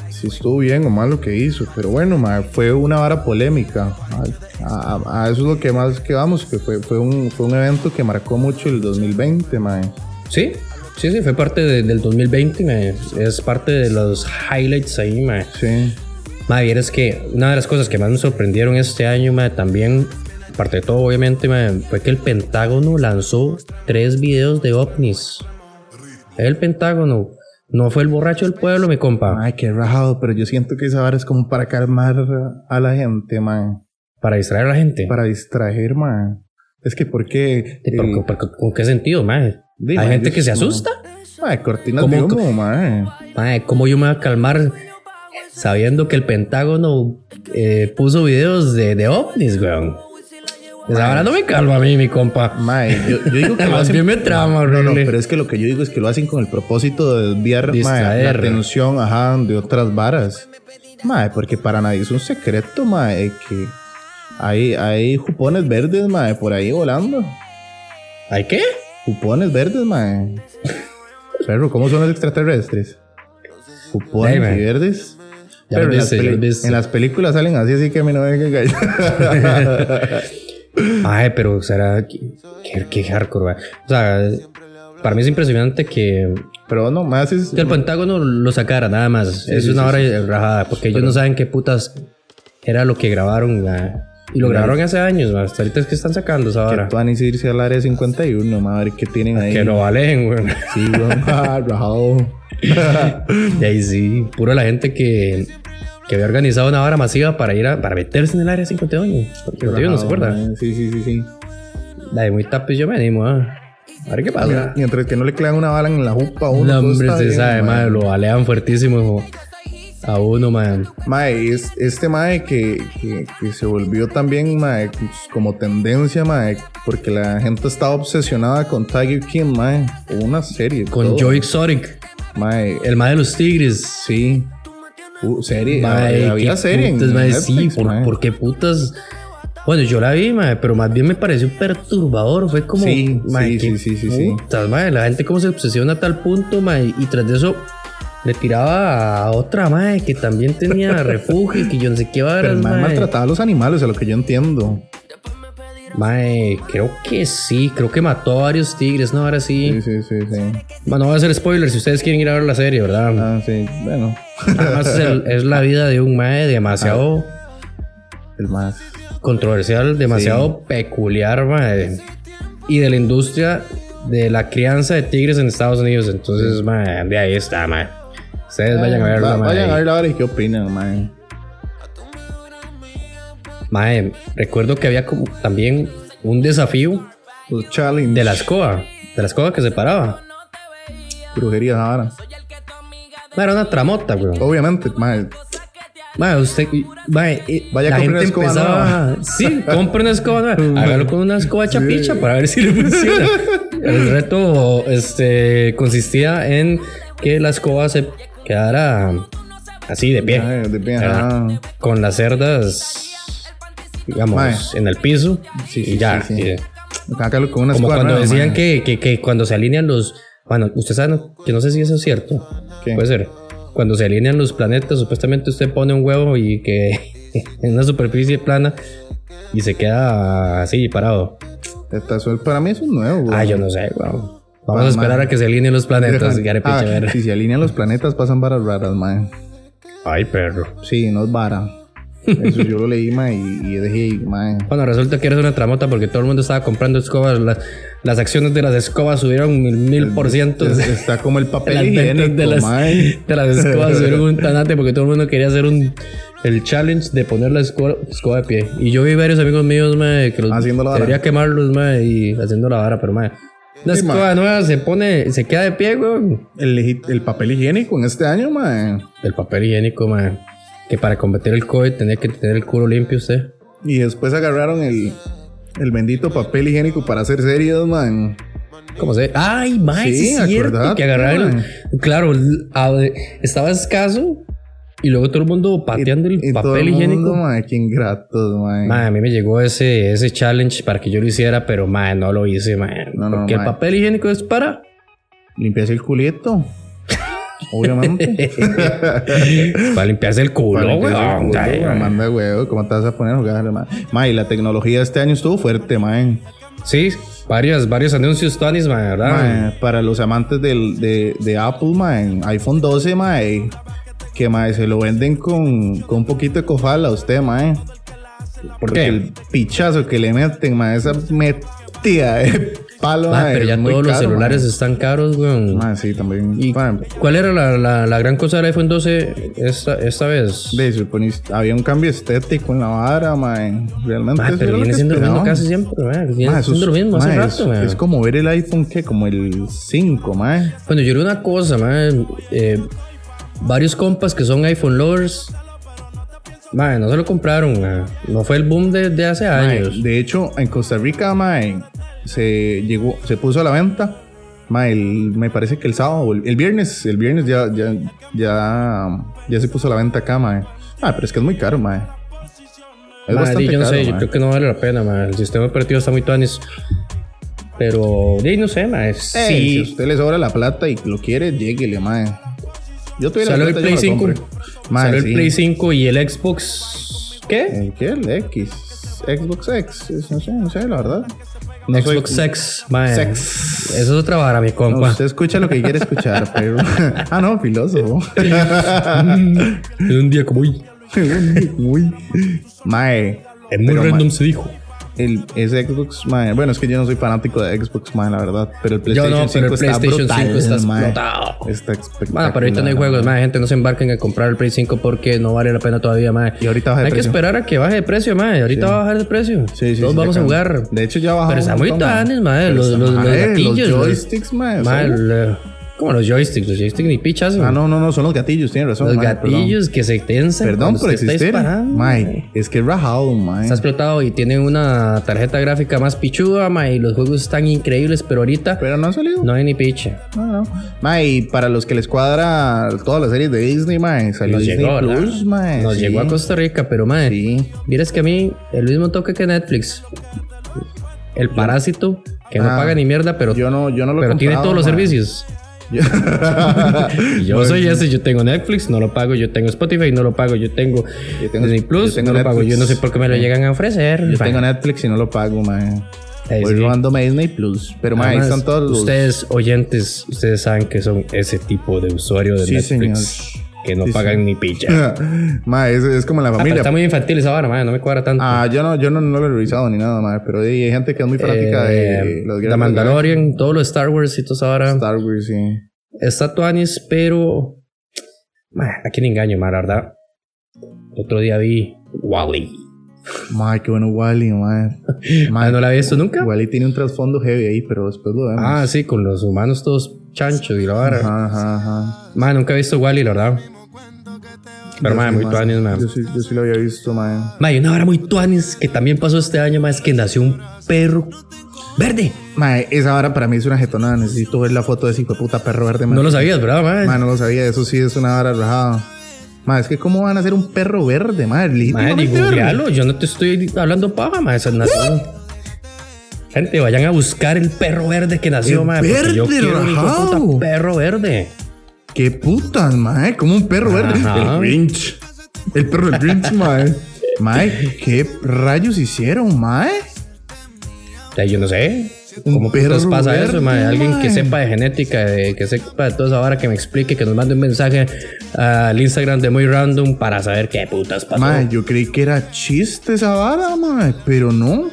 [SPEAKER 3] si estuvo bien o mal lo que hizo. Pero bueno, mae, fue una vara polémica. Ay, A, a- a eso es lo que más que vamos, que fue, fue, un, fue un evento que marcó mucho el 2020, mae.
[SPEAKER 2] sí, sí, sí, fue parte de- del 2020, ma, es parte de los highlights ahí, ma.
[SPEAKER 3] Sí.
[SPEAKER 2] Madre, vieras que una de las cosas que más me sorprendieron este año, madre, también, aparte de todo, obviamente, madre, fue que el Pentágono lanzó tres videos de ovnis. El Pentágono. No fue el borracho del pueblo, mi compa.
[SPEAKER 3] Ay, qué rajado, pero yo siento que esa vara es como para calmar a la gente, mae.
[SPEAKER 2] Para distraer a la gente.
[SPEAKER 3] Para distraer, mae. Es que, eh, ¿por qué?
[SPEAKER 2] Sí, pero
[SPEAKER 3] el-
[SPEAKER 2] ¿con- pero ¿Con qué sentido, madre?
[SPEAKER 3] Di,
[SPEAKER 2] Hay
[SPEAKER 3] mae,
[SPEAKER 2] gente
[SPEAKER 3] ellos
[SPEAKER 2] que se
[SPEAKER 3] no-
[SPEAKER 2] asusta.
[SPEAKER 3] Mae, cortinas
[SPEAKER 2] ¿Cómo-
[SPEAKER 3] de humo, mae.
[SPEAKER 2] Madre, ¿cómo yo me voy a calmar sabiendo que el Pentágono eh, puso videos de, de ovnis, weón? Esa vara no me calma a mí, mi compa.
[SPEAKER 3] Mae, yo, yo
[SPEAKER 2] [LAUGHS]
[SPEAKER 3] digo que lo
[SPEAKER 2] Más
[SPEAKER 3] hacen.
[SPEAKER 2] bien me trama,
[SPEAKER 3] no, no,
[SPEAKER 2] horrible.
[SPEAKER 3] pero es que lo que yo digo es que lo hacen con el propósito de desviar mae, la
[SPEAKER 2] Distraer.
[SPEAKER 3] atención ajá, de otras varas. Mae, porque para nadie es un secreto, mae, que hay, hay jupones verdes, mae, por ahí volando.
[SPEAKER 2] ¿Hay qué?
[SPEAKER 3] Jupones verdes, mae. Perro, ¿cómo son los extraterrestres? Jupones
[SPEAKER 2] Ey, mae.
[SPEAKER 3] y verdes.
[SPEAKER 2] Ya
[SPEAKER 3] Pero
[SPEAKER 2] lo
[SPEAKER 3] en, las
[SPEAKER 2] viste, ya lo
[SPEAKER 3] peli-
[SPEAKER 2] viste.
[SPEAKER 3] en las películas salen así, así que a mí no
[SPEAKER 2] [LAUGHS]
[SPEAKER 3] me venga
[SPEAKER 2] Ay, pero será que que- que hardcore, va. O sea, para mí es impresionante que,
[SPEAKER 3] Pero no, más es.
[SPEAKER 2] que el Pentágono lo sacara, nada más. es
[SPEAKER 3] sí,
[SPEAKER 2] una
[SPEAKER 3] sí,
[SPEAKER 2] hora rajada, porque ellos no saben qué putas era lo que grabaron. va. Y lo grabaron hace años, va. hasta ahorita es que están sacando esa
[SPEAKER 3] Que
[SPEAKER 2] hora.
[SPEAKER 3] puedan irse al área 51, mae, a ver qué tienen ahí.
[SPEAKER 2] Que no valen, güey.
[SPEAKER 3] Sí,
[SPEAKER 2] [LAUGHS]
[SPEAKER 3] weón. Ah, rajado.
[SPEAKER 2] Y ahí sí, pura la gente que, que había organizado una hora masiva para ir a, para meterse en el área 51. 51, ¿se acuerda?
[SPEAKER 3] Ah, Sí, sí, sí, sí.
[SPEAKER 2] La de muy tapis yo me animo, ah. A ver qué pasa.
[SPEAKER 3] Mientras que no le clavan una bala en la jupa a uno.
[SPEAKER 2] No,
[SPEAKER 3] todo
[SPEAKER 2] hombre,
[SPEAKER 3] está
[SPEAKER 2] se
[SPEAKER 3] bien,
[SPEAKER 2] sabe,
[SPEAKER 3] mae.
[SPEAKER 2] madre, lo alean fuertísimo hijo. a uno, man.
[SPEAKER 3] Mae, es, este mae que, que, que se volvió también, mae, pues, como tendencia, mae, porque la gente estaba obsesionada con Tiger King, mae. Hubo una serie.
[SPEAKER 2] Con
[SPEAKER 3] todo.
[SPEAKER 2] Joe Exotic,
[SPEAKER 3] Mae, eh,
[SPEAKER 2] el mae de los tigres.
[SPEAKER 3] sí. Hubo serie.
[SPEAKER 2] Mae,
[SPEAKER 3] Mae, había
[SPEAKER 2] qué
[SPEAKER 3] serie. en
[SPEAKER 2] putas, mae, sí,
[SPEAKER 3] Netflix,
[SPEAKER 2] por,
[SPEAKER 3] mae.
[SPEAKER 2] por qué putas? Bueno, yo la vi, mae, pero más bien me pareció perturbador. Fue como.
[SPEAKER 3] Sí,
[SPEAKER 2] mae,
[SPEAKER 3] sí,
[SPEAKER 2] qué
[SPEAKER 3] sí, sí, sí, sí.
[SPEAKER 2] putas, mae, la gente como se obsesiona a tal punto, mae, y tras de eso le tiraba a otra, mae, que también
[SPEAKER 3] [LAUGHS]
[SPEAKER 2] tenía refugio y que yo no sé qué va
[SPEAKER 3] Pero el mae maltrataba a los animales, a lo que yo entiendo.
[SPEAKER 2] Mae, creo que sí, creo que mató a varios tigres, ¿no? Ahora sí.
[SPEAKER 3] Sí, sí, sí, sí.
[SPEAKER 2] Bueno, no voy a hacer spoilers si ustedes quieren ir a ver la serie, ¿verdad?
[SPEAKER 3] Ah, sí, bueno.
[SPEAKER 2] Además, es, el- es la vida de un mae
[SPEAKER 3] Ah.
[SPEAKER 2] demasiado
[SPEAKER 3] El más.
[SPEAKER 2] controversial, demasiado peculiar, mae. Y de la industria de la crianza de tigres en Estados Unidos. Entonces, mae, de ahí está, mae. Ustedes Pues vayan a verla,
[SPEAKER 3] Ah, Va-
[SPEAKER 2] mae.
[SPEAKER 3] Vayan a verla ahora y qué opinan, mae.
[SPEAKER 2] Mae, recuerdo que había como también un desafío
[SPEAKER 3] Los challenge.
[SPEAKER 2] de la escoba, de la escoba que se paraba.
[SPEAKER 3] brujerías ahora.
[SPEAKER 2] Mae, Era una tramota, güey.
[SPEAKER 3] Obviamente, mae.
[SPEAKER 2] Mae, usted, mae, eh,
[SPEAKER 3] Vaya,
[SPEAKER 2] la
[SPEAKER 3] compre
[SPEAKER 2] gente
[SPEAKER 3] una escoba
[SPEAKER 2] empezaba, [LAUGHS] sí, compre una escoba
[SPEAKER 3] [LAUGHS]
[SPEAKER 2] nueva. hágalo con una escoba chapicha para ver si le funciona. El reto, este, consistía en que la escoba se quedara así de pie,
[SPEAKER 3] mae, de ah. pie,
[SPEAKER 2] ¿verdad?
[SPEAKER 3] ajá.
[SPEAKER 2] con las cerdas, digamos,
[SPEAKER 3] Mae.
[SPEAKER 2] en el piso
[SPEAKER 3] Sí, sí,
[SPEAKER 2] y ya.
[SPEAKER 3] sí, sí.
[SPEAKER 2] eh,
[SPEAKER 3] Hágalo con una
[SPEAKER 2] Como
[SPEAKER 3] escuadra,
[SPEAKER 2] cuando
[SPEAKER 3] mae.
[SPEAKER 2] decían que, que, que cuando se alinean los, bueno, usted sabe no- que no sé si eso es cierto.
[SPEAKER 3] ¿Qué?
[SPEAKER 2] Puede ser. Cuando se alinean los planetas, supuestamente usted pone un huevo y que [LAUGHS] en una superficie plana y se queda así parado.
[SPEAKER 3] Esta suel- para mí eso es nuevo,
[SPEAKER 2] Ah,
[SPEAKER 3] weón.
[SPEAKER 2] yo no sé, huevo. Vamos a esperar a que se alineen los planetas.
[SPEAKER 3] Ajá.
[SPEAKER 2] Gare pinche
[SPEAKER 3] Ah,
[SPEAKER 2] verga.
[SPEAKER 3] si se alinean los planetas, pasan varas raras, mae.
[SPEAKER 2] Ay, perro.
[SPEAKER 3] Sí, no es vara. Eso yo lo leí, mae, y, y dejé, mae.
[SPEAKER 2] Bueno, resulta que eres una tramota porque todo el mundo estaba comprando escobas. Las, las acciones de las escobas subieron mil, mil por ciento.
[SPEAKER 3] Es- Está como el
[SPEAKER 2] Las
[SPEAKER 3] papel higiénico,
[SPEAKER 2] ventas de las, [LAUGHS]
[SPEAKER 3] mae.
[SPEAKER 2] de las
[SPEAKER 3] [LAUGHS]
[SPEAKER 2] escobas subieron un tanate porque todo el mundo quería hacer un el challenge de poner la escoba, escoba de pie. Y yo vi varios amigos míos, mae, que los
[SPEAKER 3] Haciendo la vara.
[SPEAKER 2] debería quemarlos, mae, y haciendo la vara, pero mae. Una
[SPEAKER 3] Sí, mae.
[SPEAKER 2] escoba nueva se pone, se queda de pie, güey.
[SPEAKER 3] El, higi- el papel higiénico en este año, mae.
[SPEAKER 2] Del papel higiénico, mae. Que para combatir el COVID tenía que tener el culo limpio usted.
[SPEAKER 3] Y después agarraron el, el bendito papel higiénico para hacer series, man.
[SPEAKER 2] ¿Cómo se? Ay, mae, sí,
[SPEAKER 3] Sí,
[SPEAKER 2] es cierto
[SPEAKER 3] acordate,
[SPEAKER 2] que agarraron.
[SPEAKER 3] mae.
[SPEAKER 2] Claro, a- estaba escaso y luego todo el mundo pateando el
[SPEAKER 3] Y
[SPEAKER 2] papel
[SPEAKER 3] todo el
[SPEAKER 2] higiénico.
[SPEAKER 3] mundo, mae, qué ingratos, mae.
[SPEAKER 2] Mae, a mí me llegó ese, ese challenge para que yo lo hiciera, pero mae, no lo hice, mae.
[SPEAKER 3] No, no,
[SPEAKER 2] porque el
[SPEAKER 3] mae.
[SPEAKER 2] papel higiénico es
[SPEAKER 3] [LAUGHS]
[SPEAKER 2] para.
[SPEAKER 3] Limpiarse
[SPEAKER 2] [LAUGHS]
[SPEAKER 3] el culito. Obviamente.
[SPEAKER 2] para limpiarse el culo,
[SPEAKER 3] Limpiarse el
[SPEAKER 2] weón.
[SPEAKER 3] culo,
[SPEAKER 2] Ay,
[SPEAKER 3] mae,
[SPEAKER 2] mae.
[SPEAKER 3] Manda huevo, ¿cómo te vas a poner a jugar, mae? Mae, y la tecnología de este año estuvo fuerte, mae.
[SPEAKER 2] Sí, varios, varios anuncios, Tonis, mae, ¿verdad?
[SPEAKER 3] Mae, para los amantes del, de, de Apple, mae, iPhone 12, mae, que mae, se lo venden con, con un poquito de cojala a usted, mae.
[SPEAKER 2] ¿Por
[SPEAKER 3] Porque
[SPEAKER 2] qué?
[SPEAKER 3] el pichazo que le meten, mae, esa metida de palo,
[SPEAKER 2] Mae,
[SPEAKER 3] mae,
[SPEAKER 2] pero ya
[SPEAKER 3] es muy
[SPEAKER 2] todos los
[SPEAKER 3] caro,
[SPEAKER 2] celulares están caros, weón.
[SPEAKER 3] mae. Mae, sí, también.
[SPEAKER 2] ¿Y
[SPEAKER 3] Mae,
[SPEAKER 2] cuál era la, la- la gran cosa del iPhone 12 esta, esta vez?
[SPEAKER 3] ve, se ponís- pues, había un cambio estético en la vara, mae. Realmente
[SPEAKER 2] Mae,
[SPEAKER 3] eso era
[SPEAKER 2] pero
[SPEAKER 3] lo
[SPEAKER 2] viene
[SPEAKER 3] que
[SPEAKER 2] siendo lo mismo
[SPEAKER 3] esperaban.
[SPEAKER 2] casi siempre, mae. Viene
[SPEAKER 3] Mae, eso
[SPEAKER 2] siendo
[SPEAKER 3] es-
[SPEAKER 2] lo mismo hace
[SPEAKER 3] mae,
[SPEAKER 2] rato,
[SPEAKER 3] es,
[SPEAKER 2] mae.
[SPEAKER 3] es como ver el iPhone, que Como el 5, mae.
[SPEAKER 2] Bueno, yo era una cosa, man. eh, varios compas que son iPhone lovers. Man, no se lo compraron, man. No fue el boom de, de hace
[SPEAKER 3] Mae,
[SPEAKER 2] años.
[SPEAKER 3] de hecho, en Costa Rica, mae, se llegó, se puso a la venta. Mae, el- me parece que el sábado, o el, el viernes, el viernes ya, ya, ya, ya se puso a la venta acá, mae. Ah, pero es que es muy caro, mae. Es
[SPEAKER 2] Man,
[SPEAKER 3] bastante
[SPEAKER 2] di, yo no
[SPEAKER 3] caro,
[SPEAKER 2] sé, yo
[SPEAKER 3] mae.
[SPEAKER 2] creo que no vale la pena, man. El sistema operativo está muy tuanis. Pero, di, no sé, man.
[SPEAKER 3] Eh, Si a
[SPEAKER 2] Sí.
[SPEAKER 3] usted le sobra la plata y lo quiere, lléguele, mae. Yo tuviera
[SPEAKER 2] Salió
[SPEAKER 3] la
[SPEAKER 2] el
[SPEAKER 3] plata,
[SPEAKER 2] Play
[SPEAKER 3] yo me
[SPEAKER 2] 5.
[SPEAKER 3] la compro. Mae,
[SPEAKER 2] Salió
[SPEAKER 3] sí. Eh,
[SPEAKER 2] el Play 5 y el Xbox. ¿Qué?
[SPEAKER 3] ¿El qué? El X. Xbox X. Es- No sé, no sé, la verdad. No soy-
[SPEAKER 2] Xbox Sex, man.
[SPEAKER 3] Sex.
[SPEAKER 2] Eso es otra vara, mi
[SPEAKER 3] No,
[SPEAKER 2] compa. [LAUGHS]
[SPEAKER 3] usted escucha lo que quiere escuchar, pero. ah, no, filósofo. [LAUGHS]
[SPEAKER 2] En un día como hoy.
[SPEAKER 3] Uy. Mae.
[SPEAKER 2] Es muy
[SPEAKER 3] Pero, mae,
[SPEAKER 2] random se dijo.
[SPEAKER 3] El, ese Xbox, mae. Bueno, es que yo no soy fanático de Xbox, mae, la verdad. Pero el
[SPEAKER 2] Yo
[SPEAKER 3] PlayStation
[SPEAKER 2] no,
[SPEAKER 3] 5
[SPEAKER 2] pero el
[SPEAKER 3] está
[SPEAKER 2] PlayStation
[SPEAKER 3] brutal,
[SPEAKER 2] 5 está
[SPEAKER 3] mae.
[SPEAKER 2] explotado.
[SPEAKER 3] Está espectacular.
[SPEAKER 2] Bueno, pero ahorita no hay juegos, más gente no se embarquen a comprar el Play 5 porque no vale la pena todavía, más.
[SPEAKER 3] Y ahorita baja de
[SPEAKER 2] Hay que
[SPEAKER 3] precio.
[SPEAKER 2] esperar a que baje de precio, más. Ahorita va a bajar de precio.
[SPEAKER 3] Sí, sí,
[SPEAKER 2] Todos
[SPEAKER 3] sí,
[SPEAKER 2] vamos a
[SPEAKER 3] ya
[SPEAKER 2] jugar.
[SPEAKER 3] cambió. De hecho, ya bajó.
[SPEAKER 2] Pero está
[SPEAKER 3] un
[SPEAKER 2] muy
[SPEAKER 3] montón, mae.
[SPEAKER 2] tanes, mae,
[SPEAKER 3] Pero
[SPEAKER 2] los-
[SPEAKER 3] está-
[SPEAKER 2] los- los
[SPEAKER 3] mae,
[SPEAKER 2] gatillos, los-
[SPEAKER 3] joysticks, mae. son-
[SPEAKER 2] Mae, el, eh, como los joysticks, los joysticks ni pichas.
[SPEAKER 3] Ah, no, no, no, son los gatillos, tiene razón.
[SPEAKER 2] los
[SPEAKER 3] mae,
[SPEAKER 2] gatillos que se tensan.
[SPEAKER 3] Perdón, perdón
[SPEAKER 2] cuando
[SPEAKER 3] por
[SPEAKER 2] usted está
[SPEAKER 3] existir.
[SPEAKER 2] disparando.
[SPEAKER 3] Mae, es que es rajado, mae.
[SPEAKER 2] Está explotado y tiene una tarjeta gráfica más pichuda, mae, y los juegos están increíbles, pero ahorita
[SPEAKER 3] Pero no ha salido.
[SPEAKER 2] no hay ni piche.
[SPEAKER 3] No, no. Mae, y para los que les cuadra todas las series de Disney, mae, salió
[SPEAKER 2] Nos
[SPEAKER 3] Disney
[SPEAKER 2] llegó, ¿verdad?
[SPEAKER 3] Plus, mae.
[SPEAKER 2] Nos
[SPEAKER 3] Eh, sí.
[SPEAKER 2] llegó a Costa Rica, pero madre,
[SPEAKER 3] Sí.
[SPEAKER 2] miras que a mí el mismo toque que Netflix. El parásito, que no
[SPEAKER 3] Ah,
[SPEAKER 2] paga ni mierda, pero,
[SPEAKER 3] Yo no, yo no lo he
[SPEAKER 2] pero tiene todos
[SPEAKER 3] comprado,
[SPEAKER 2] los
[SPEAKER 3] mae.
[SPEAKER 2] servicios.
[SPEAKER 3] Yo-
[SPEAKER 2] Y yo soy ese, yo tengo Netflix, no lo pago, yo tengo Spotify, no lo pago, yo tengo,
[SPEAKER 3] Yo tengo-
[SPEAKER 2] Disney Plus,
[SPEAKER 3] yo tengo
[SPEAKER 2] no lo pago,
[SPEAKER 3] Netflix.
[SPEAKER 2] yo no sé por qué me lo llegan a ofrecer.
[SPEAKER 3] [LAUGHS] Yo
[SPEAKER 2] Fa-
[SPEAKER 3] tengo Netflix y no lo pago, mae.
[SPEAKER 2] Eh,
[SPEAKER 3] Voy
[SPEAKER 2] sí.
[SPEAKER 3] robándome Disney Plus. Pero, mae, ahí
[SPEAKER 2] Además,
[SPEAKER 3] están todos los. [LAUGHS]
[SPEAKER 2] Ustedes, oyentes, ustedes saben que son ese tipo de usuario de
[SPEAKER 3] Sí,
[SPEAKER 2] Netflix que no
[SPEAKER 3] Sí,
[SPEAKER 2] pagan ni
[SPEAKER 3] [LAUGHS]
[SPEAKER 2] picha. Ah,
[SPEAKER 3] mae, es, es como la
[SPEAKER 2] pero
[SPEAKER 3] familia.
[SPEAKER 2] está muy infantil esa vara, madre, no me cuadra tanto.
[SPEAKER 3] Ah, yo no, yo no, no lo he revisado ni nada, mae. Pero hay gente que es muy fanática
[SPEAKER 2] Eh,
[SPEAKER 3] de las
[SPEAKER 2] The
[SPEAKER 3] guerras
[SPEAKER 2] Mandalorian, todos los Star Wars y todo eso ahora.
[SPEAKER 3] Star Wars, sí.
[SPEAKER 2] Está Tuanis, pero. Man, aquí le engaño, man, la verdad. Otro día vi Wally.
[SPEAKER 3] Mae, qué bueno Wally,
[SPEAKER 2] [LAUGHS]
[SPEAKER 3] mae. Mae,
[SPEAKER 2] ¿No la había visto nunca?
[SPEAKER 3] Wally tiene un trasfondo heavy ahí, pero después lo vemos.
[SPEAKER 2] Ah, sí, con los humanos todos chanchos y la vara.
[SPEAKER 3] Ajá, ajá, ajá.
[SPEAKER 2] Man, nunca he visto Wally, la verdad. Pero,
[SPEAKER 3] Yo
[SPEAKER 2] man,
[SPEAKER 3] sí,
[SPEAKER 2] muy tuanis, man.
[SPEAKER 3] Yo sí, yo sí lo había visto, man.
[SPEAKER 2] Man, y una vara muy tuanis que también pasó este año, man, es que nació un perro verde.
[SPEAKER 3] Mae, esa vara para mí es una jetonada. Necesito ver la foto de ese hijo de puta perro verde, man.
[SPEAKER 2] No lo sabías, ¿verdad, man?
[SPEAKER 3] Mae, no lo sabía. Eso sí es una vara rajada. Mae, es que cómo van a ser un perro verde, mae.
[SPEAKER 2] Man, y
[SPEAKER 3] Legítimamente verde.
[SPEAKER 2] googlealo, yo no te estoy hablando paja, man. Esa nació. Gente, vayan a buscar el perro verde que nació,
[SPEAKER 3] El
[SPEAKER 2] man. porque yo
[SPEAKER 3] verde,
[SPEAKER 2] quiero un hijo de puta
[SPEAKER 3] rajao.
[SPEAKER 2] perro verde.
[SPEAKER 3] Qué putas, mae. Como un perro verde.
[SPEAKER 2] Ajá.
[SPEAKER 3] El Grinch. El perro del Grinch, [LAUGHS] mae. Mae, ¿qué rayos hicieron, mae?
[SPEAKER 2] O sea, yo no sé. ¿Cómo
[SPEAKER 3] perro
[SPEAKER 2] putas pasa eso,
[SPEAKER 3] verde,
[SPEAKER 2] mae? Alguien
[SPEAKER 3] mae.
[SPEAKER 2] que sepa de genética, de- que sepa de toda esa vara, que me explique, que nos mande un mensaje al Instagram de muy random para saber qué putas pasó.
[SPEAKER 3] Mae, yo creí que era chiste esa vara, mae, pero no.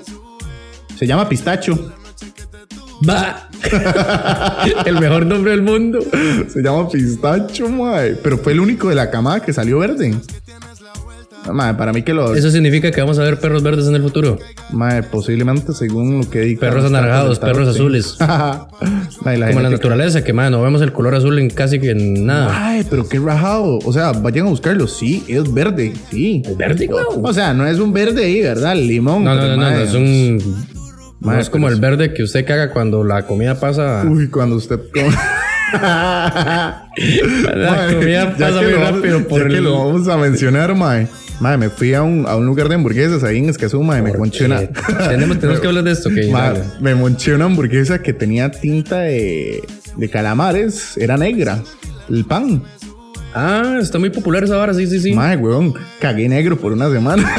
[SPEAKER 3] Se llama pistacho. [LAUGHS]
[SPEAKER 2] Va. [LAUGHS] El mejor nombre del
[SPEAKER 3] [LAUGHS]
[SPEAKER 2] mundo.
[SPEAKER 3] Se llama pistacho, mae. Pero fue el único de la camada que salió verde. Mae, para mí que lo.
[SPEAKER 2] Eso significa que vamos a ver perros verdes en el futuro.
[SPEAKER 3] Mae, posiblemente según lo que di.
[SPEAKER 2] Perros anaranjados, perros azules.
[SPEAKER 3] [LAUGHS] mae, la
[SPEAKER 2] Como la
[SPEAKER 3] genética-
[SPEAKER 2] naturaleza, que mae, no vemos el color azul en casi que en nada.
[SPEAKER 3] Ay, pero qué rajado. O sea, vayan a buscarlo. Sí, es verde. Sí.
[SPEAKER 2] ¿Es verde, weón?
[SPEAKER 3] O sea, no es un verde ahí, ¿verdad? Limón.
[SPEAKER 2] No, no,
[SPEAKER 3] pero,
[SPEAKER 2] no, no,
[SPEAKER 3] mae,
[SPEAKER 2] no, es un.
[SPEAKER 3] Mae,
[SPEAKER 2] no es como
[SPEAKER 3] pero
[SPEAKER 2] el verde que usted caga cuando la comida pasa.
[SPEAKER 3] Uy, cuando usted. [LAUGHS] la
[SPEAKER 2] La comida pasa muy rápido por
[SPEAKER 3] que
[SPEAKER 2] el.
[SPEAKER 3] lo vamos a mencionar, mae. Mae, me fui a un, a un lugar de hamburguesas ahí en Escazú, mae. Me conché una.
[SPEAKER 2] Eh,
[SPEAKER 3] [LAUGHS]
[SPEAKER 2] tenemos, tenemos que hablar de esto, que
[SPEAKER 3] mae,
[SPEAKER 2] dale.
[SPEAKER 3] me monché una hamburguesa que tenía tinta de, de calamares. Era negra. El pan.
[SPEAKER 2] Ah, está muy popular esa vara, sí, sí, sí.
[SPEAKER 3] Mae, weón. Cagué negro por una semana.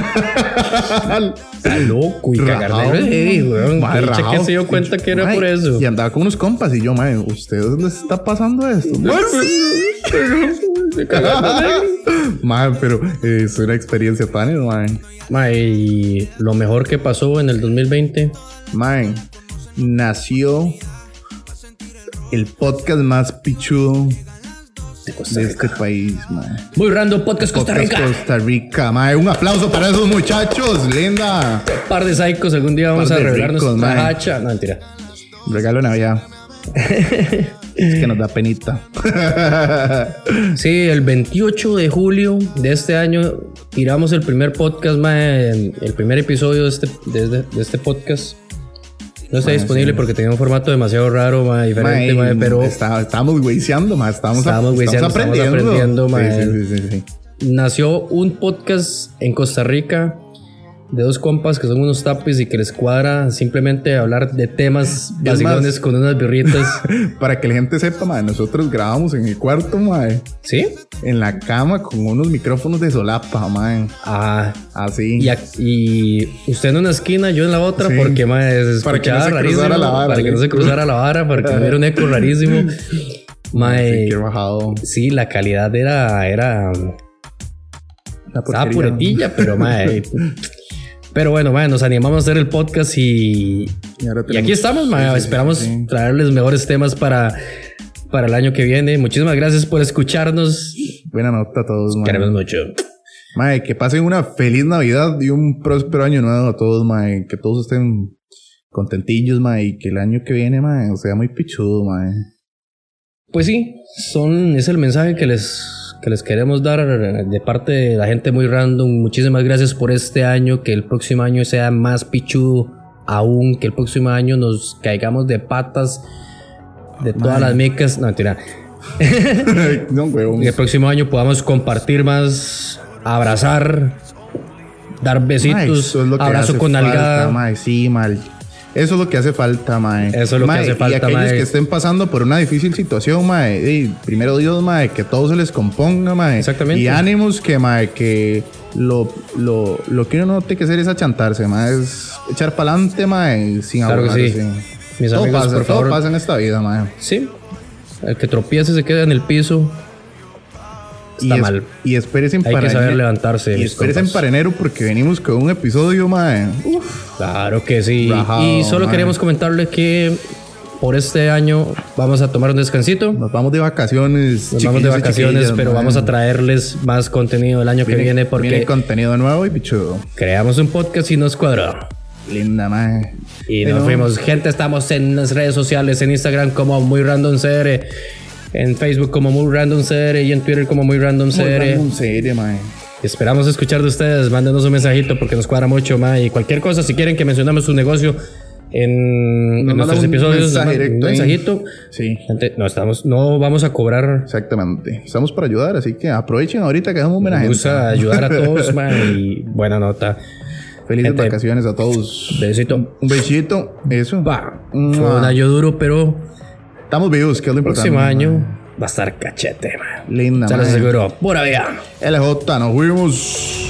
[SPEAKER 2] Está loco [LAUGHS] y
[SPEAKER 3] Rajado,
[SPEAKER 2] cagar de
[SPEAKER 3] mae,
[SPEAKER 2] Sí, weón. Pinche
[SPEAKER 3] rajado.
[SPEAKER 2] que se dio cuenta que era
[SPEAKER 3] Mae,
[SPEAKER 2] por eso.
[SPEAKER 3] Y andaba con unos compas y yo, mae, ¿ustedes les está pasando esto? Mae,
[SPEAKER 2] [LAUGHS] Se cagaba de pues, negro.
[SPEAKER 3] [LAUGHS] Mae, pero eh, es una experiencia tan hermana.
[SPEAKER 2] Mae, y lo mejor que pasó en el 2020.
[SPEAKER 3] Mae, nació el podcast más pichudo de este país, mae.
[SPEAKER 2] Muy random, Podcast Costa
[SPEAKER 3] Podcast
[SPEAKER 2] Rica.
[SPEAKER 3] Costa Rica, mae. Un aplauso para esos muchachos, linda.
[SPEAKER 2] Par de psychos, algún día vamos
[SPEAKER 3] Par
[SPEAKER 2] a
[SPEAKER 3] de
[SPEAKER 2] revelar
[SPEAKER 3] ricos,
[SPEAKER 2] nuestra
[SPEAKER 3] mae.
[SPEAKER 2] hacha. No, mentira.
[SPEAKER 3] Regalo de Navidad. es que nos da penita.
[SPEAKER 2] Sí, el 28 de julio de este año tiramos el primer podcast, mae, el primer episodio de este, de, de- de este podcast. No está disponible porque tenía un formato demasiado raro, mae, diferente, mae,
[SPEAKER 3] Mae,
[SPEAKER 2] pero
[SPEAKER 3] está- estábamos güeyseando, mae. Estábamos,
[SPEAKER 2] Estábamos güeyseando,
[SPEAKER 3] estamos
[SPEAKER 2] estamos
[SPEAKER 3] aprendiendo.
[SPEAKER 2] aprendiendo, mae.
[SPEAKER 3] Sí, sí, sí, sí, sí.
[SPEAKER 2] nació un podcast en Costa Rica de dos compas que son unos tapis y que les cuadra simplemente hablar de temas
[SPEAKER 3] Es más-
[SPEAKER 2] basicones con unas birritas.
[SPEAKER 3] [LAUGHS] Para que la gente sepa, mae, nosotros grabamos en el cuarto, mae.
[SPEAKER 2] ¿Sí?
[SPEAKER 3] En la cama con unos micrófonos de solapa, mae.
[SPEAKER 2] Ah,
[SPEAKER 3] Así.
[SPEAKER 2] Y, ac- y usted en una esquina, yo en la otra,
[SPEAKER 3] Sí.
[SPEAKER 2] porque mae, se
[SPEAKER 3] Para que no
[SPEAKER 2] escuchaba
[SPEAKER 3] se
[SPEAKER 2] rarísimo,
[SPEAKER 3] cruzara la vara, ¿eh?
[SPEAKER 2] para que no
[SPEAKER 3] ¿sí?
[SPEAKER 2] se cruzara la vara, para que no hubiera un eco
[SPEAKER 3] [LAUGHS]
[SPEAKER 2] rarísimo. Mae,
[SPEAKER 3] Sí, qué bajado.
[SPEAKER 2] sí, la calidad era, era, estaba
[SPEAKER 3] Una porquería.
[SPEAKER 2] puretilla, pero
[SPEAKER 3] [LAUGHS]
[SPEAKER 2] mae. Pero bueno, mae, nos animamos a hacer el podcast y,
[SPEAKER 3] Y, ahora
[SPEAKER 2] y
[SPEAKER 3] tenemos-
[SPEAKER 2] aquí estamos, mae.
[SPEAKER 3] Sí, sí, sí,
[SPEAKER 2] Esperamos
[SPEAKER 3] sí.
[SPEAKER 2] traerles mejores temas para, para el año que viene. Muchísimas gracias por escucharnos.
[SPEAKER 3] Buena nota a todos, mae.
[SPEAKER 2] Queremos mucho.
[SPEAKER 3] Mae, que pasen una feliz Navidad y un próspero año nuevo a todos, mae. Que todos estén contentillos, mae. Y que el año que viene, mae, sea muy pichudo, mae. [LAUGHS]
[SPEAKER 2] Pues sí, son, es el mensaje que les, que les queremos dar de parte de la gente muy random. Muchísimas gracias por este año, que el próximo año sea más pichudo aún, que el próximo año nos caigamos de patas de todas las micas. No, mentira.
[SPEAKER 3] no, huevón.
[SPEAKER 2] Que el próximo año podamos compartir más, abrazar, dar
[SPEAKER 3] Mae,
[SPEAKER 2] besitos,
[SPEAKER 3] eso es lo que
[SPEAKER 2] abrazo
[SPEAKER 3] hace
[SPEAKER 2] con
[SPEAKER 3] falta,
[SPEAKER 2] algada.
[SPEAKER 3] mae. Sí, mal. Eso es lo que hace falta, mae.
[SPEAKER 2] Eso es lo que
[SPEAKER 3] Mae,
[SPEAKER 2] hace falta,
[SPEAKER 3] Y aquellos
[SPEAKER 2] mae.
[SPEAKER 3] que estén pasando por una difícil situación, mae. di, primero Dios, mae, que todo se les componga, mae.
[SPEAKER 2] Exactamente.
[SPEAKER 3] Y ánimos que, mae, que lo, lo, lo que uno no tiene que hacer es achantarse, mae. Es echar para adelante, mae, sin
[SPEAKER 2] Claro que
[SPEAKER 3] ahogarse.
[SPEAKER 2] sí. Mis
[SPEAKER 3] todo
[SPEAKER 2] amigos,
[SPEAKER 3] pasa,
[SPEAKER 2] por
[SPEAKER 3] todo
[SPEAKER 2] favor.
[SPEAKER 3] pasa en esta vida, mae.
[SPEAKER 2] Sí, el que tropiece se queda en el piso. Está
[SPEAKER 3] y es-
[SPEAKER 2] mal.
[SPEAKER 3] Y espérense
[SPEAKER 2] Hay que saber
[SPEAKER 3] para
[SPEAKER 2] levantarse.
[SPEAKER 3] y
[SPEAKER 2] mis
[SPEAKER 3] espérense
[SPEAKER 2] compas.
[SPEAKER 3] para enero porque venimos con un episodio, mae. Uf.
[SPEAKER 2] Claro que sí.
[SPEAKER 3] Rajado,
[SPEAKER 2] y solo
[SPEAKER 3] man.
[SPEAKER 2] queríamos comentarle que por este año vamos a tomar un descansito.
[SPEAKER 3] Nos vamos de vacaciones.
[SPEAKER 2] Nos vamos de
[SPEAKER 3] chiquillos y
[SPEAKER 2] vacaciones,
[SPEAKER 3] chiquillas,
[SPEAKER 2] pero
[SPEAKER 3] mae.
[SPEAKER 2] vamos a traerles más contenido el año que viene porque
[SPEAKER 3] contenido nuevo y pichudo.
[SPEAKER 2] creamos un podcast y nos cuadró.
[SPEAKER 3] Linda, mae.
[SPEAKER 2] Y
[SPEAKER 3] Pero-
[SPEAKER 2] nos fuimos. Gente, estamos en las redes sociales, en Instagram como muy random CR, en Facebook como muy random CR y en Twitter como muy random E. CR.
[SPEAKER 3] Un serie, mae.
[SPEAKER 2] Esperamos escuchar de ustedes. Mándenos un mensajito porque nos cuadra mucho más. Y cualquier cosa, si quieren que mencionamos su negocio en, en
[SPEAKER 3] Nos manda
[SPEAKER 2] nuestros
[SPEAKER 3] un
[SPEAKER 2] episodios, nos
[SPEAKER 3] mensaje
[SPEAKER 2] manda un
[SPEAKER 3] directo ahí.
[SPEAKER 2] mensajito.
[SPEAKER 3] Sí.
[SPEAKER 2] Gente, no, estamos, no vamos a cobrar.
[SPEAKER 3] Exactamente. Estamos para ayudar, así que aprovechen ahorita que damos un homenaje.
[SPEAKER 2] Nos gusta ayudar a todos,
[SPEAKER 3] [LAUGHS]
[SPEAKER 2] ma, y buena nota.
[SPEAKER 3] Felices
[SPEAKER 2] gente.
[SPEAKER 3] vacaciones a todos.
[SPEAKER 2] Besito.
[SPEAKER 3] Un besito. Eso.
[SPEAKER 2] Va.
[SPEAKER 3] Mua.
[SPEAKER 2] Fue un año duro, pero
[SPEAKER 3] Estamos vivos, que es
[SPEAKER 2] el
[SPEAKER 3] lo importante.
[SPEAKER 2] próximo año
[SPEAKER 3] mae.
[SPEAKER 2] va a estar cachete, man.
[SPEAKER 3] Linda,
[SPEAKER 2] Se lo
[SPEAKER 3] mae.
[SPEAKER 2] aseguro. Pura vida.
[SPEAKER 3] LJ, nos fuimos.